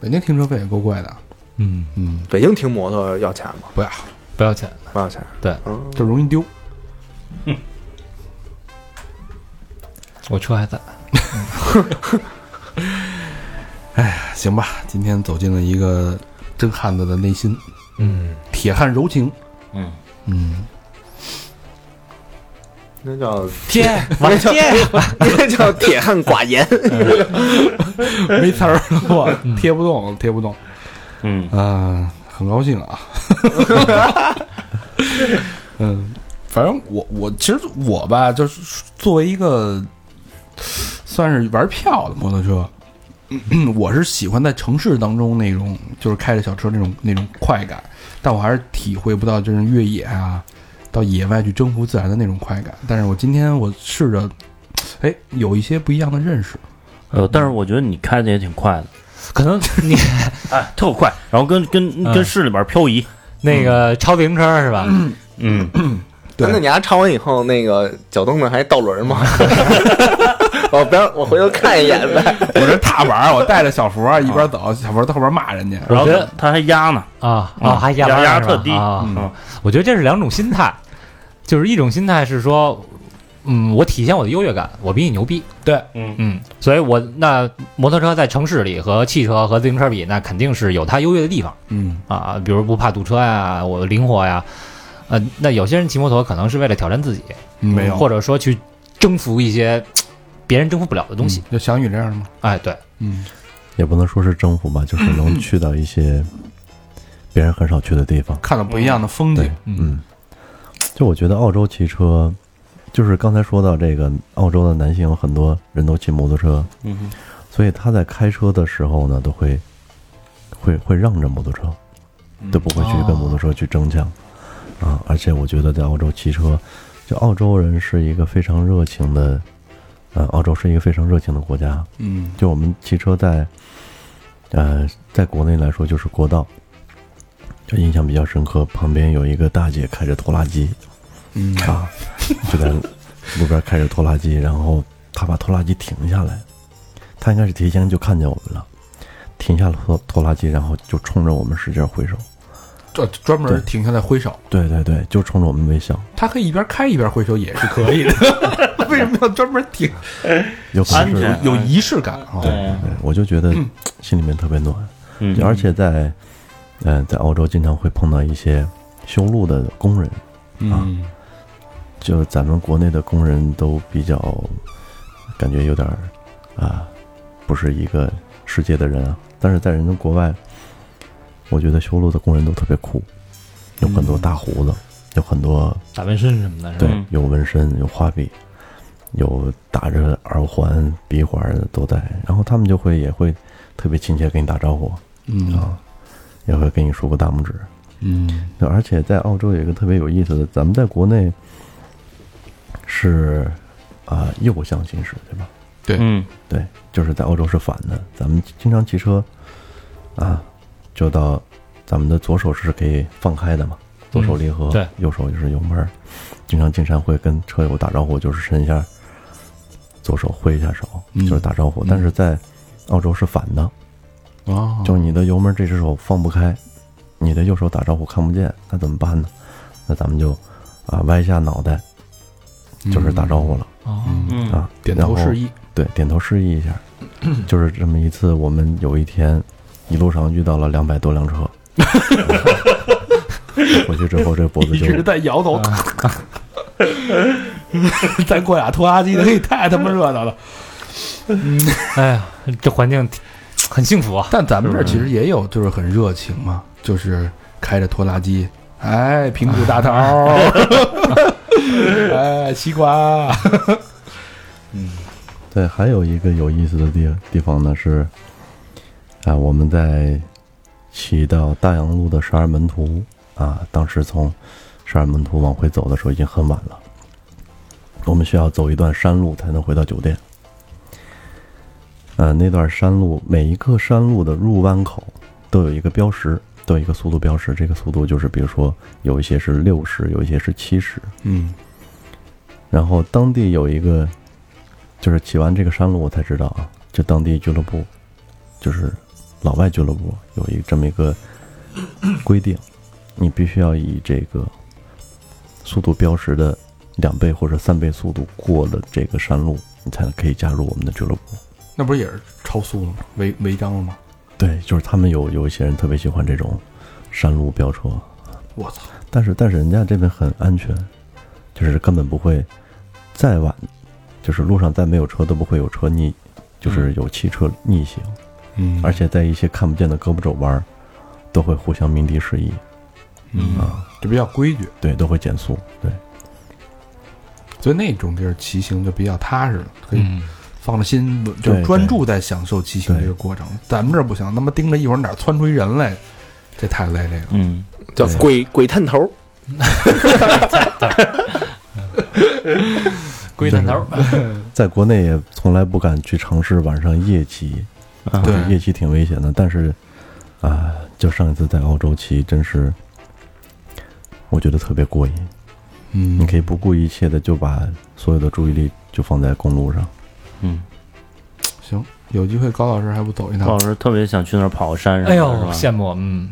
S8: 北京停车费也够贵的，
S5: 嗯
S8: 嗯，
S9: 北京停摩托要钱吗？
S8: 不要，
S5: 不要钱，
S9: 不要钱。
S5: 对，
S8: 就容易丢。
S5: 我车还在。
S8: 哎，行吧，今天走进了一个真汉子的内心，
S5: 嗯，
S8: 铁汉柔情，
S5: 嗯
S8: 嗯，
S9: 那叫
S5: 贴
S9: 那叫那叫铁汉寡言。
S8: 没词儿了，我贴不动，贴不动，
S10: 嗯
S8: 啊，很高兴啊， 嗯，反正我我其实我吧，就是作为一个算是玩票的摩托车。 我是喜欢在城市当中那种，就是开着小车那种那种快感，但我还是体会不到就是越野啊，到野外去征服自然的那种快感。但是我今天我试着，哎，有一些不一样的认识。
S10: 呃，但是我觉得你开的也挺快的，
S5: 可能你
S10: 哎特快，然后跟跟
S5: 嗯
S10: 跟市里边漂移，
S5: 那个超自行车是吧？
S10: 嗯，
S9: 那那你丫唱完以后，那个脚蹬子还倒轮吗？我不要，我回头看一眼呗。
S8: 我这踏板儿，我带着小佛儿一边走，小佛儿在后边骂人家。
S10: 然
S5: 啊
S10: 后
S5: 我觉得
S10: 他还压呢，
S5: 啊
S10: 嗯
S5: 啊，还压
S10: 压
S5: 弯
S10: 压
S5: 是吧
S10: 特低
S5: 啊，
S10: 嗯
S5: 我觉得这是两种心态，就是一种心态是说，嗯，我体现我的优越感，我比你牛逼，
S8: 对，
S10: 嗯
S5: 嗯，所以我那摩托车在城市里和汽车和自行车比，那肯定是有它优越的地方
S8: 嗯
S5: 啊，比如不怕堵车呀，我灵活呀，呃，那有些人骑摩托可能是为了挑战自己，
S8: 嗯没有
S5: 或者说去征服一些嘖别人征服不了的东西，
S8: 嗯就翔宇这样的吗？
S5: 哎，对，
S8: 嗯，
S11: 也不能说是征服吧，就是能去到一些别人很少去的地方。
S8: 看到不一样的风
S11: 对
S8: 景。，
S11: 嗯，就我觉得澳洲骑车，就是刚才说到这个澳洲的男性有很多人都骑摩托车，
S10: 嗯哼，
S11: 所以他在开车的时候呢，都会会会让着摩托车，
S10: 嗯
S11: 都不会去跟摩托车去争抢、
S10: 哦
S11: 啊。而且我觉得在澳洲骑车，就澳洲人是一个非常热情的，呃，澳洲是一个非常热情的国家，
S8: 嗯
S11: 就我们骑车在，呃，在国内来说就是国道，就印象比较深刻。旁边有一个大姐开着拖拉机，
S8: 嗯
S11: 啊，就在路边开着拖拉机，然后她把拖拉机停下来，她应该是提前就看见我们了，停下了拖拖拉机，然后就冲着我们使劲挥手。
S8: 这专门停下来挥手，
S11: 对对对，就冲着我们微笑。
S8: 他可以一边开一边挥手也是可以的， 为什么要专门停？
S11: 有可能是
S8: 有
S5: 哎
S8: 有仪式感啊。
S11: 对对对，我就觉得心里面特别暖。嗯，而且在呃在澳洲经常会碰到一些修路的工人，啊，
S8: 嗯
S11: 就咱们国内的工人都比较感觉有点儿啊，不是一个世界的人啊。但是在人家国外，我觉得修路的工人都特别酷，有很多大胡子，有很多
S5: 打纹身什么的，是吧
S11: 对，有纹身，有画笔，有打着耳环、鼻环的都在。然后他们就会也会特别亲切跟你打招呼，
S8: 嗯
S11: 啊，也会给你竖个大拇指。
S8: 嗯，
S11: 对而且在澳洲有一个特别有意思的，咱们在国内是啊、右向行驶，对吧？
S8: 对
S10: 嗯，
S11: 对，就是在澳洲是反的，咱们经常骑车啊，就到咱们的左手是可以放开的嘛，左手离合，
S5: 对
S11: 右手就是油门儿。经常经常会跟车友打招呼，就是伸一下左手挥一下手，就是打招呼。但是在澳洲是反的，
S5: 啊
S8: 哦，
S11: 就是你的油门这只手放不开，你的右手打招呼看不见，那怎么办呢？那咱们就啊歪一下脑袋，就是打招呼了。
S8: 哦
S10: 嗯
S11: 啊，
S8: 点头
S11: 然后
S8: 示意，
S11: 对，点头示意一下。就是这么一次，我们有一天一路上遇到了两百多辆车。回去之后，这脖子
S8: 一
S11: 就
S8: 直在摇头。
S5: 啊
S8: 咱过俩拖拉机的，嘿，太他妈热闹了。
S5: 哎呀，这环境挺很幸福啊。
S8: 但咱们这儿其实也有，就是很热情嘛，就是开着拖拉机，哎，平谷大桃 儿，哎，西瓜，
S11: 对，还有一个有意思的地地方呢是，啊，我们在骑到大洋路的十二门徒啊，当时从十二门徒往回走的时候已经很晚了，我们需要走一段山路才能回到酒店。呃，那段山路每一个山路的入弯口都有一个标识，都有一个速度标识，这个速度就是比如说有一些是六十，有一些是七十，
S8: 嗯，
S11: 然后当地有一个，就是骑完这个山路我才知道啊，就当地俱乐部，就是老外俱乐部有一这么一个规定，你必须要以这个速度标识的两倍或者三倍速度过了这个山路，你才可以加入我们的俱乐部。
S8: 那不是也是超速了吗？违违章了吗？
S11: 对，就是他们有有一些人特别喜欢这种山路飙车，
S8: 我操！
S11: 但是但是人家这边很安全，就是根本不会再晚，就是路上再没有车都不会有车逆，就是有汽车逆行，
S8: 嗯
S11: 而且在一些看不见的胳膊肘弯儿，都会互相鸣笛示意，
S8: 嗯
S11: 啊，
S8: 这比较规矩，
S11: 对，都会减速，对，
S8: 所以那种地儿骑行就比较踏实了，可以
S5: 嗯
S8: 放着心，就是
S11: 对
S8: 专注在享受骑行这个过程。咱们这儿不行，他妈盯着一会儿哪儿窜出一人来，这太累这个。
S10: 嗯，
S9: 叫鬼鬼探头，
S5: 龟探头儿，
S11: 在国内也从来不敢去尝试晚上夜骑，
S8: 啊对
S11: 夜骑挺危险的。但是，啊、就上一次在澳洲骑，真是我觉得特别过瘾。
S8: 嗯
S11: 你可以不顾一切的就把所有的注意力就放在公路上。
S8: 行，有机会高老师还不走一趟？
S10: 高老师特别想去那儿跑山上，
S5: 哎呦
S10: 是，吧
S5: 羡慕，嗯，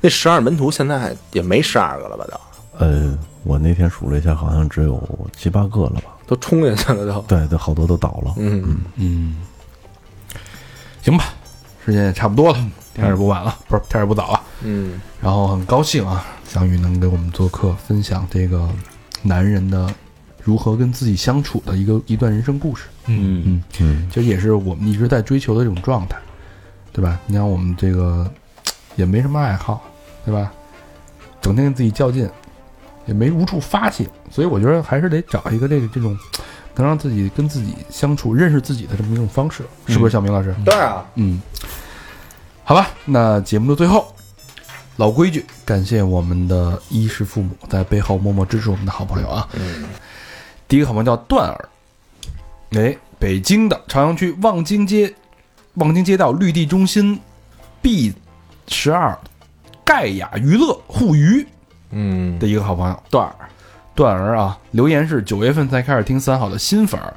S9: 那十二门徒现在也没十二个了吧？都
S11: 呃，我那天数了一下，好像只有七八个了吧？
S9: 都冲进去了都。
S11: 对，都好多都倒了。
S9: 嗯，
S8: 嗯，行吧，时间也差不多了，天儿也不晚了，不是天儿也不早了。啊
S9: 嗯，
S8: 然后很高兴啊，小雨能给我们做客，分享这个男人的如何跟自己相处的一个一段人生故事。
S10: 嗯
S11: 嗯，
S8: 其实也是我们一直在追求的这种状态，对吧？你看我们这个也没什么爱好，对吧？整天跟自己较劲，也没无处发泄，所以我觉得还是得找一个这个这种能让自己跟自己相处、认识自己的这么一种方式，是不是？小明老师，
S9: 对啊，
S8: 嗯，好吧，那节目的最后，老规矩，感谢我们的衣食父母在背后默默支持我们的好朋友啊。第一个好朋友叫段儿，哎，北京的朝阳区望京街，望京街道绿地中心 B 十二盖亚娱乐互娱
S9: 嗯，
S8: 的一个好朋友段儿，段儿啊，留言是九月份才开始听三好的新粉儿，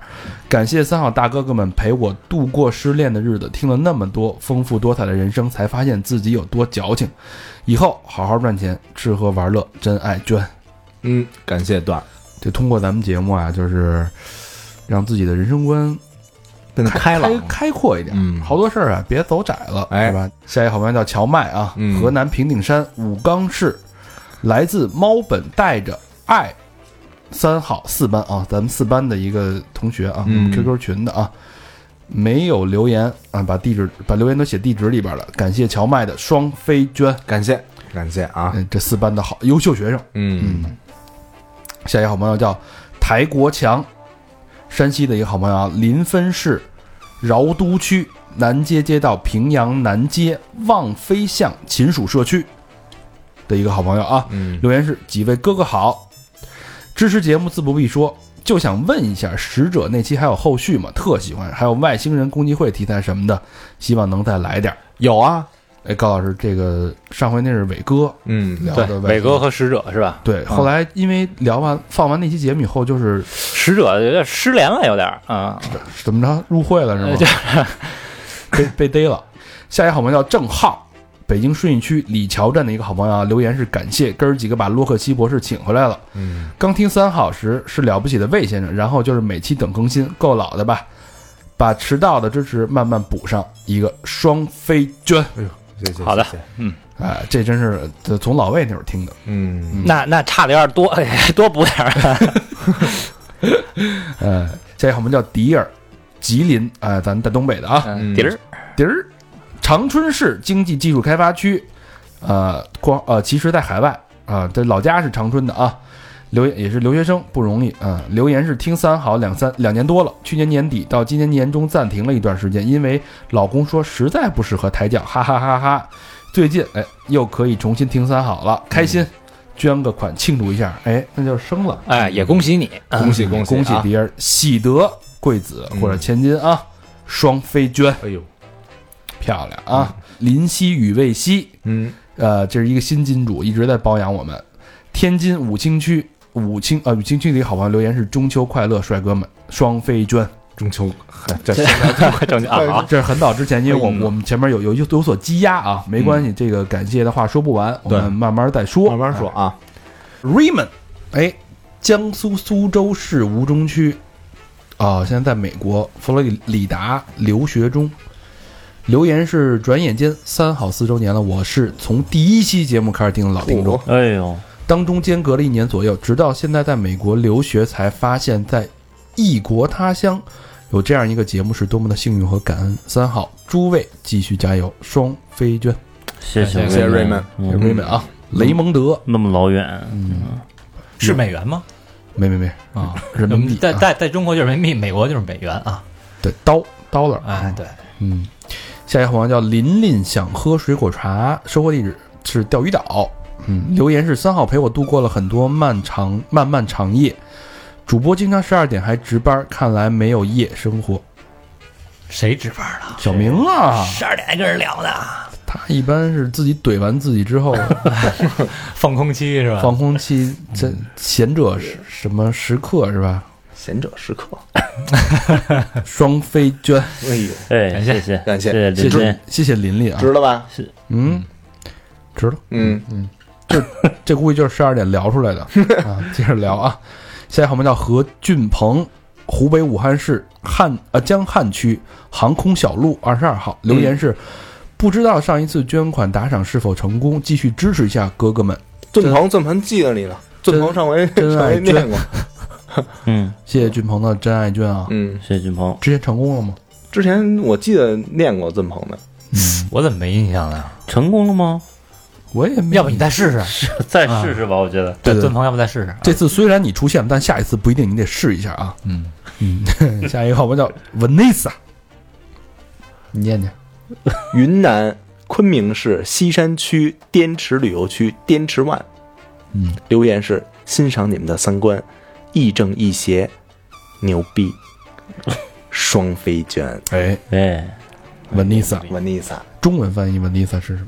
S8: 感谢三好大哥哥们陪我度过失恋的日子，听了那么多丰富多彩的人生，才发现自己有多矫情。以后好好赚钱，吃喝玩乐，真爱娟。
S9: 嗯，感谢段。
S8: 就通过咱们节目啊，就是让自己的人生观
S9: 变得
S8: 开朗、开阔一点。嗯，好多事儿啊，别走窄了，哎、是吧？下一个好朋友叫乔麦啊，河南平顶山武冈市，来自猫本带着爱三好四班啊，咱们四班的一个同学啊，
S9: 嗯
S8: 我们 QQ 群的啊，没有留言啊，把地址把留言都写地址里边了。感谢乔麦的双飞娟，哎
S9: 感谢感谢啊，
S8: 这四班的好优秀学生。
S9: 嗯
S8: 下一个好朋友叫台国强，山西的一个好朋友啊，临汾市饶都区南街街道平阳南街望飞巷秦蜀社区的一个好朋友啊，
S5: 嗯
S9: 嗯
S8: 留言是几位哥哥好，支持节目自不必说，就想问一下，使者那期还有后续吗？特喜欢，还有外星人攻击会题材什么的，希望能再来点儿。
S9: 有啊，
S8: 哎，高老师，这个上回那是伟哥，
S9: 嗯
S8: 聊
S5: 对
S8: 的，
S5: 伟哥和使者是吧？
S8: 对，后来因为聊完放完那期节目以后，就是
S5: 使者有点失联了，有点儿啊，
S8: 怎么着入会了是吗？ 被被逮了。下一个好朋友叫郑浩，北京顺义区李桥站的一个好朋友啊，留言是感谢哥儿几个把洛克希博士请回来了。
S9: 嗯，
S8: 刚听三好时是了不起的魏先生，然后就是每期等更新，够老的吧？把迟到的支持慢慢补上，一个双飞娟。
S9: 谢 谢。
S5: 好的
S9: 谢谢，
S5: 嗯，
S8: 哎，这真是这从老魏那会儿听的。
S9: 嗯，
S5: 那那差的有点多， 哎多补点儿。
S8: 呃，下一个我们叫迪尔，吉林，啊、咱们在东北的啊，
S5: 嗯底儿
S8: 迪儿，长春市经济技术开发区，呃，光呃，其实在海外啊、这老家是长春的啊，留言也是留学生不容易啊、留言是听三好两三两年多了，去年年底到今年年中暂停了一段时间，因为老公说实在不适合抬轿，哈哈哈哈。最近哎，又可以重新听三好了，开心，捐个款庆祝一下，哎，那就是生了。
S5: 哎，也恭喜你，
S9: 恭喜恭喜
S8: 恭喜
S9: 啊嗯
S8: 迪儿喜得贵子或者千金啊，双飞娟
S9: 哎呦，
S8: 漂亮啊！林夕与魏夕，
S9: 嗯，
S8: 呃，这是一个新金主，一直在包养我们。天津武清区武清呃武清区的一个好朋友留言是中秋快乐，帅哥们，双飞娟。
S9: 中秋，嗨这
S5: 正经啊，好
S8: 这是很早之前，因为我我们前面有有有有所积压啊，没关系，这个感谢的话说不完，我
S9: 对
S8: 们慢慢再说。
S9: 慢慢说啊，
S8: Raymond，哎，江苏苏州市吴中区，啊、现在在美国佛罗里里达留学中。留言是：转眼间三好四周年了，我是从第一期节目开始听的老听众，
S10: 哎呦，
S8: 当中间隔了一年左右，直到现在在美国留学，才发现，在异国他乡有这样一个节目，是多么的幸运和感恩。三好，诸位继续加油，双飞娟，
S10: 谢谢
S9: 谢谢
S10: 瑞
S9: Raymond
S10: 嗯
S8: Raymond 啊，雷蒙德，
S10: 那么老远，
S5: 嗯是美元吗？
S8: 没没没
S10: 嗯
S5: 啊，
S8: 人民币啊
S5: 在在在中国就是人民币，美国就是美元啊。
S8: 对刀刀了，
S5: 哎，对，
S8: 嗯，下一个好朋友叫琳琳，想喝水果茶，收货地址是钓鱼岛。嗯，留言是三号陪我度过了很多漫长漫漫长夜，主播经常十二点还值班，看来没有夜生活。
S5: 谁值班了？
S8: 小明啊，
S5: 十二点还跟人聊呢，
S8: 他一般是自己怼完自己之 后
S5: 放空期是吧？
S8: 放空期，这贤者是什么时刻是 吧？
S9: 贤者时刻，
S8: 双飞娟，
S9: 哎呦，
S10: 哎，
S5: 感谢
S10: 谢谢
S9: 感
S10: 谢
S9: 谢
S8: 谢
S10: 林
S8: 谢
S10: 林，
S8: 谢谢琳琳啊，
S9: 值了吧？
S8: 嗯，值了。
S9: 嗯，
S8: 这估计就是十二点聊出来 的啊。接着聊啊，下一个好朋友叫何俊鹏，湖北武汉市汉呃江汉区航空小路二十二号，留言是、不知道上一次捐款打赏是否成功，继续支持一下哥哥们，
S9: 俊鹏，俊鹏记得你了，俊鹏上回
S8: 真
S9: 上
S8: 爱
S9: 回念过，
S10: 嗯，
S8: 谢谢俊鹏的真爱捐啊！
S9: 嗯，
S10: 谢谢俊鹏，
S8: 之前成功了吗？
S9: 之前我记得念过俊鹏的，
S8: 嗯
S5: 我怎么没印象呢？
S10: 成功了吗？啊
S8: 我也没
S5: 要不你再试试？
S10: 再试试吧，我觉得。
S8: 对对
S5: 对，尊鹏，要不再试试？啊
S8: 这次虽然你出现了，但下一次不一定，你得试一下啊。
S5: 嗯
S8: 嗯， 下一个好朋友叫 Vanessa，你念念。
S9: 云南昆明市西山区滇池旅游区滇池湾。
S8: 嗯，
S9: 留言是欣赏你们的三观，亦正亦邪，牛 逼，双飞娟，
S8: 哎
S10: 哎，
S8: ，Vanessa，
S9: 文丽萨，
S8: 中文翻译 Vanessa 是什么？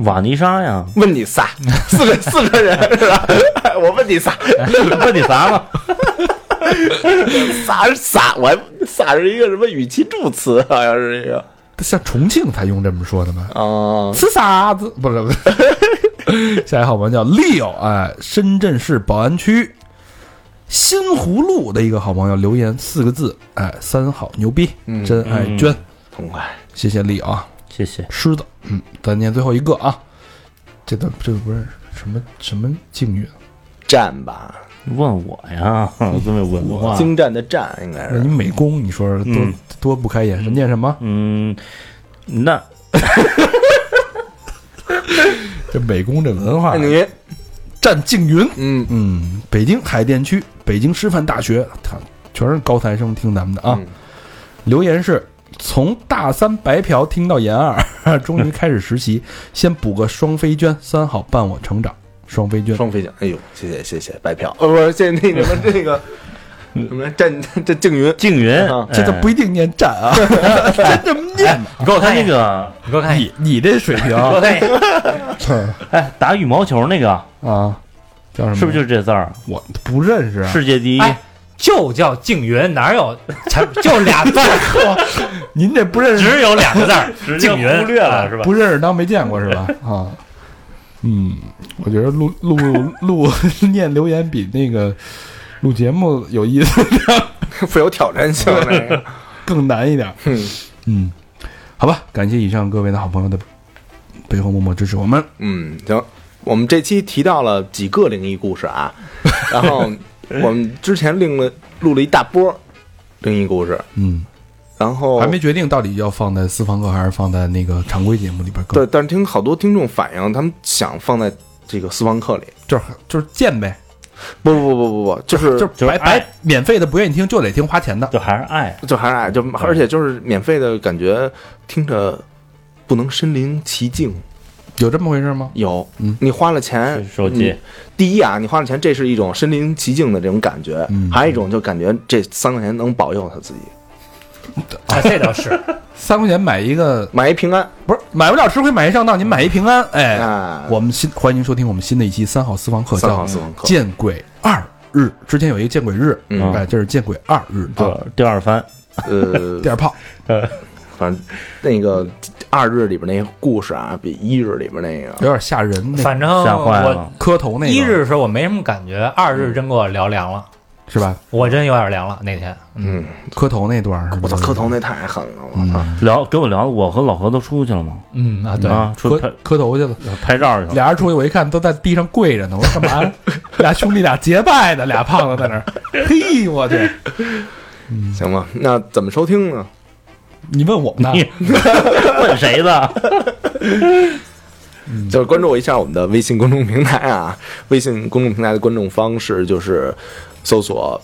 S10: 瓦尼莎呀，
S9: 问你仨，四个四个人是吧？ 我问你仨，
S10: 问你仨吧。
S9: 仨是仨，我还仨是一个什么语气助词，好像是一个。
S8: 像重庆才用这么说的吗？
S9: 哦，
S8: 是傻子，不是不 是。下一个好朋友叫 Leo，哎，深圳市宝安区新湖路的一个好朋友留言四个字，哎，三好牛逼，
S5: 嗯
S8: 真爱娟，
S9: 痛快，
S8: 谢谢 Leo 啊，
S10: 谢谢。
S8: 狮子，嗯，咱念最后一个啊，这都这都不是什么什么境遇啊，
S9: 战吧，
S10: 问 我呀，这么文化，
S9: 精湛的战应该是。
S8: 你美工，你说说多、
S10: 嗯
S8: 多不开眼神，念什么？
S10: 嗯，那
S8: 这美工这文化
S9: 哎那，你
S8: 战缙云，
S9: 嗯
S8: 嗯，北京海淀区北京师范大学，他全是高材生听咱们的啊。
S9: 嗯
S8: 留言是从大三白嫖听到研二， 终于开始实习，先补个双飞娟，三好伴我成长。双飞娟，
S9: 双飞奖，哎呦，谢谢谢谢，白嫖。呃，不是，谢谢那什么这个什么战战缙云，
S10: 静云
S9: 啊，
S8: 这都不一定念战啊，真这么念吗？
S10: 你给我看那个，
S5: 你给我看一眼，
S8: 你你这水平
S10: 给我看一眼，哎，打羽毛球那个
S8: 啊，叫什么？
S10: 是不是就是这字儿？
S8: 我不认识啊？
S10: 世界第一，
S5: 哎就叫静云，哪有才就俩字儿，
S8: 您这不认识
S5: 只有两个字儿，
S10: 直接
S5: 静云
S10: 忽略了是吧？
S8: 不认识当没见过是吧？啊，嗯，我觉得录录 录念留言比那个录节目有意思，
S9: 富有挑战性那个。
S8: 更难一点。嗯，好吧，感谢以上各位的好朋友的背后默默支持我们。
S9: 嗯，行，我们这期提到了几个灵异故事 啊，然后我们之前另了录了一大波灵异故事，
S8: 嗯，
S9: 然后
S8: 还没决定到底要放在私房课还是放在那个常规节目里边更，
S9: 对，但是听好多听众反映，他们想放在这个私房课里，
S8: 就是就是贱呗，
S9: 不不不不不， 就是
S8: 就
S9: 哎
S10: 是
S8: 是白
S10: 爱
S8: 白免费的不愿意听就得听花钱的。
S10: 就还是爱，
S9: 就还是爱就，而且就是免费的感觉，听着不能身临其境。
S8: 有这么回事吗？
S9: 有，
S8: 嗯
S9: 你花了钱，
S10: 手机
S9: 你第一啊，你花了钱，这是一种身临其境的这种感觉，
S8: 嗯
S9: 还有一种就感觉这三块钱能保佑他自己，
S5: 啊，这倒是，
S8: 三块钱买一个，
S9: 买一平安。
S8: 不是买不了吃亏，买一上当，您买一平安，哎，
S9: 哎，
S8: 我们新欢迎收听我们新的一期三号私房课，
S9: 三
S8: 叫
S9: 号
S8: 《
S9: 私房课，
S8: 见鬼二日》。之前有一个见鬼日，
S9: 嗯
S8: 哎，这是见鬼二日啊。
S10: 对，第二番，
S9: 呃
S8: 第，二炮，
S9: 反正那个二日里边那个故事啊，比一日里边那
S8: 有
S9: 个，
S8: 点吓人，那
S5: 反正
S10: 吓坏
S5: 我
S10: 了
S8: 磕头那个
S5: 一日的时候我没什么感觉，二日真给我聊凉了，
S8: 是吧？
S5: 我真有点凉了那天。
S9: 嗯，
S8: 磕头那段儿是吧，
S9: 我操，磕头那太狠了，我操，
S10: 聊给我聊，我和老何都出去了嘛，
S5: 嗯啊，对，
S10: 啊，出去
S8: 磕磕头去了。
S9: 嗯
S10: 拍拍照去了，
S8: 俩人出去，我一看都在地上跪着呢。我 说干嘛呀？俩兄弟俩结拜呢，俩胖子在那儿。嘿，我去！嗯
S9: 行吧，那怎么收听呢？
S8: 你问我们啊呢？
S10: 你问谁呢？
S9: 就是关注一下我们的微信公众平台啊，微信公众平台的观众方式就是搜索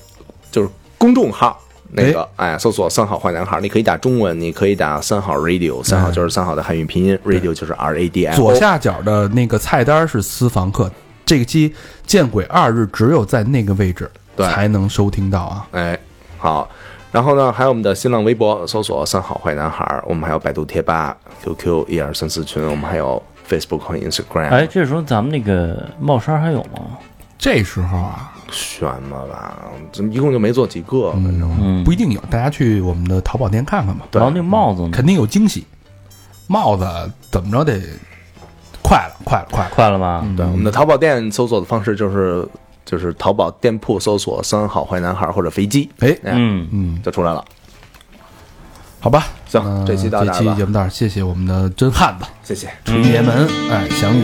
S9: 就是公众号。那个，哎，搜索“三好坏男孩”，你可以打中文，你可以打“三好 radio”，三好就是三好的汉语拼音，radio 就是 R A D I O。
S8: 哎左下角的那个菜单是私房课，这个期《见鬼二日》只有在那个位置
S9: 对
S8: 才能收听到啊。
S9: 哎，好。然后呢，还有我们的新浪微博，搜索“三好坏男孩儿”，我们还有百度贴吧、QQ 一二三四群，我们还有 Facebook 和 Instagram。
S10: 哎，，这时候咱们那个帽衫还有吗？
S8: 这时候啊，
S9: 选吧吧，这一共就没做几个，反正、
S10: 嗯，
S8: 不一定有，大家去我们的淘宝店看看吧，
S10: 然后那个帽子呢？
S8: 肯定有惊喜。帽子怎么着得快了，快了，快了！
S10: 快了吧？
S9: 对。我们的淘宝店搜索的方式就是就是淘宝店铺搜索“三好坏男孩”或者“飞机
S8: 哎”，，
S9: 哎，
S10: 嗯，
S8: 嗯，
S9: 就出来了。
S8: 好吧，
S9: 行
S10: 嗯
S8: 那
S9: 这期到这
S8: 这
S9: 儿
S8: 期
S9: 吧
S8: 节目到这儿，谢谢我们的真汉子
S9: 谢谢。
S8: 纯爷们，哎，翔宇，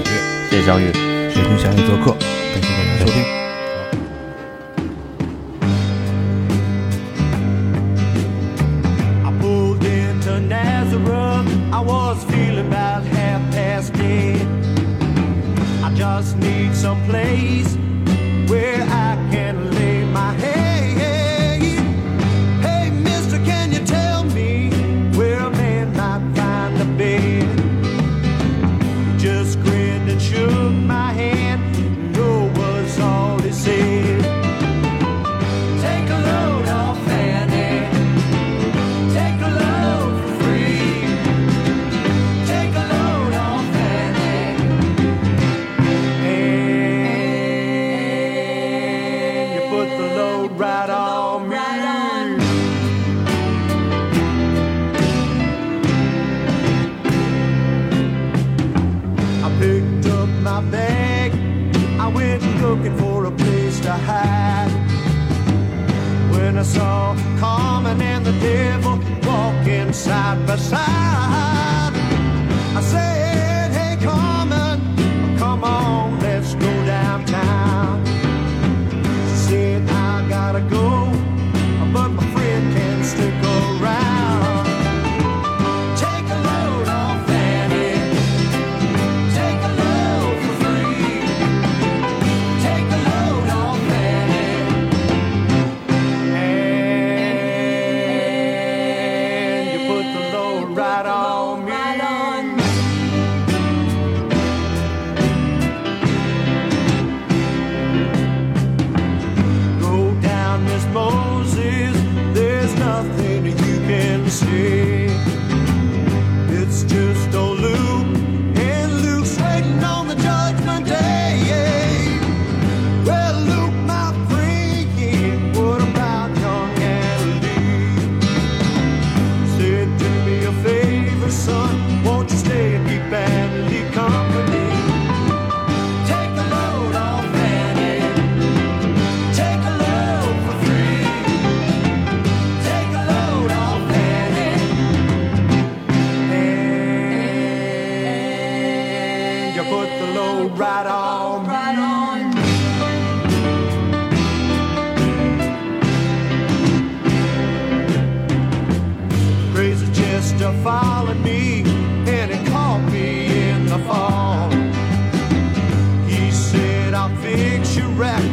S10: 谢谢相遇。
S8: 水军翔宇做客，感谢大家收听。
S12: I pulled into Nazareth. I was feeling about half past dead. I just need some place where I can lay my head. Hey, mister, can you tell me where a man might find a bed? He just grinned and shook my hand. No was all he said. Take a load off Fanny. Take a load for free. Take a load off Fanny. looking for a place to hide. When I saw Carmen and the devil walking side by side, I said, Hey, Carmen, come on, let's go downtown. She said, I gotta go, but my friend can stick around. Take a load off Fanny. Take a load for free. Take a load off Fanny. And you put the load right on me. Go down, Miss Moses. There's nothing you can see. It's just old Luke, and Luke's waiting on the judgment day. Well, Luke, my friend, yeah, what about young Annalee? Said, do me a favor, son, won't you stay and keep Annalee company? Take a load off Annie. Take a load for free. Take a load off Annie. And you put the load right on. Right on. Crazy Chester followed me and he caught me in the fall. He said, I'll fix your rack
S10: 嗯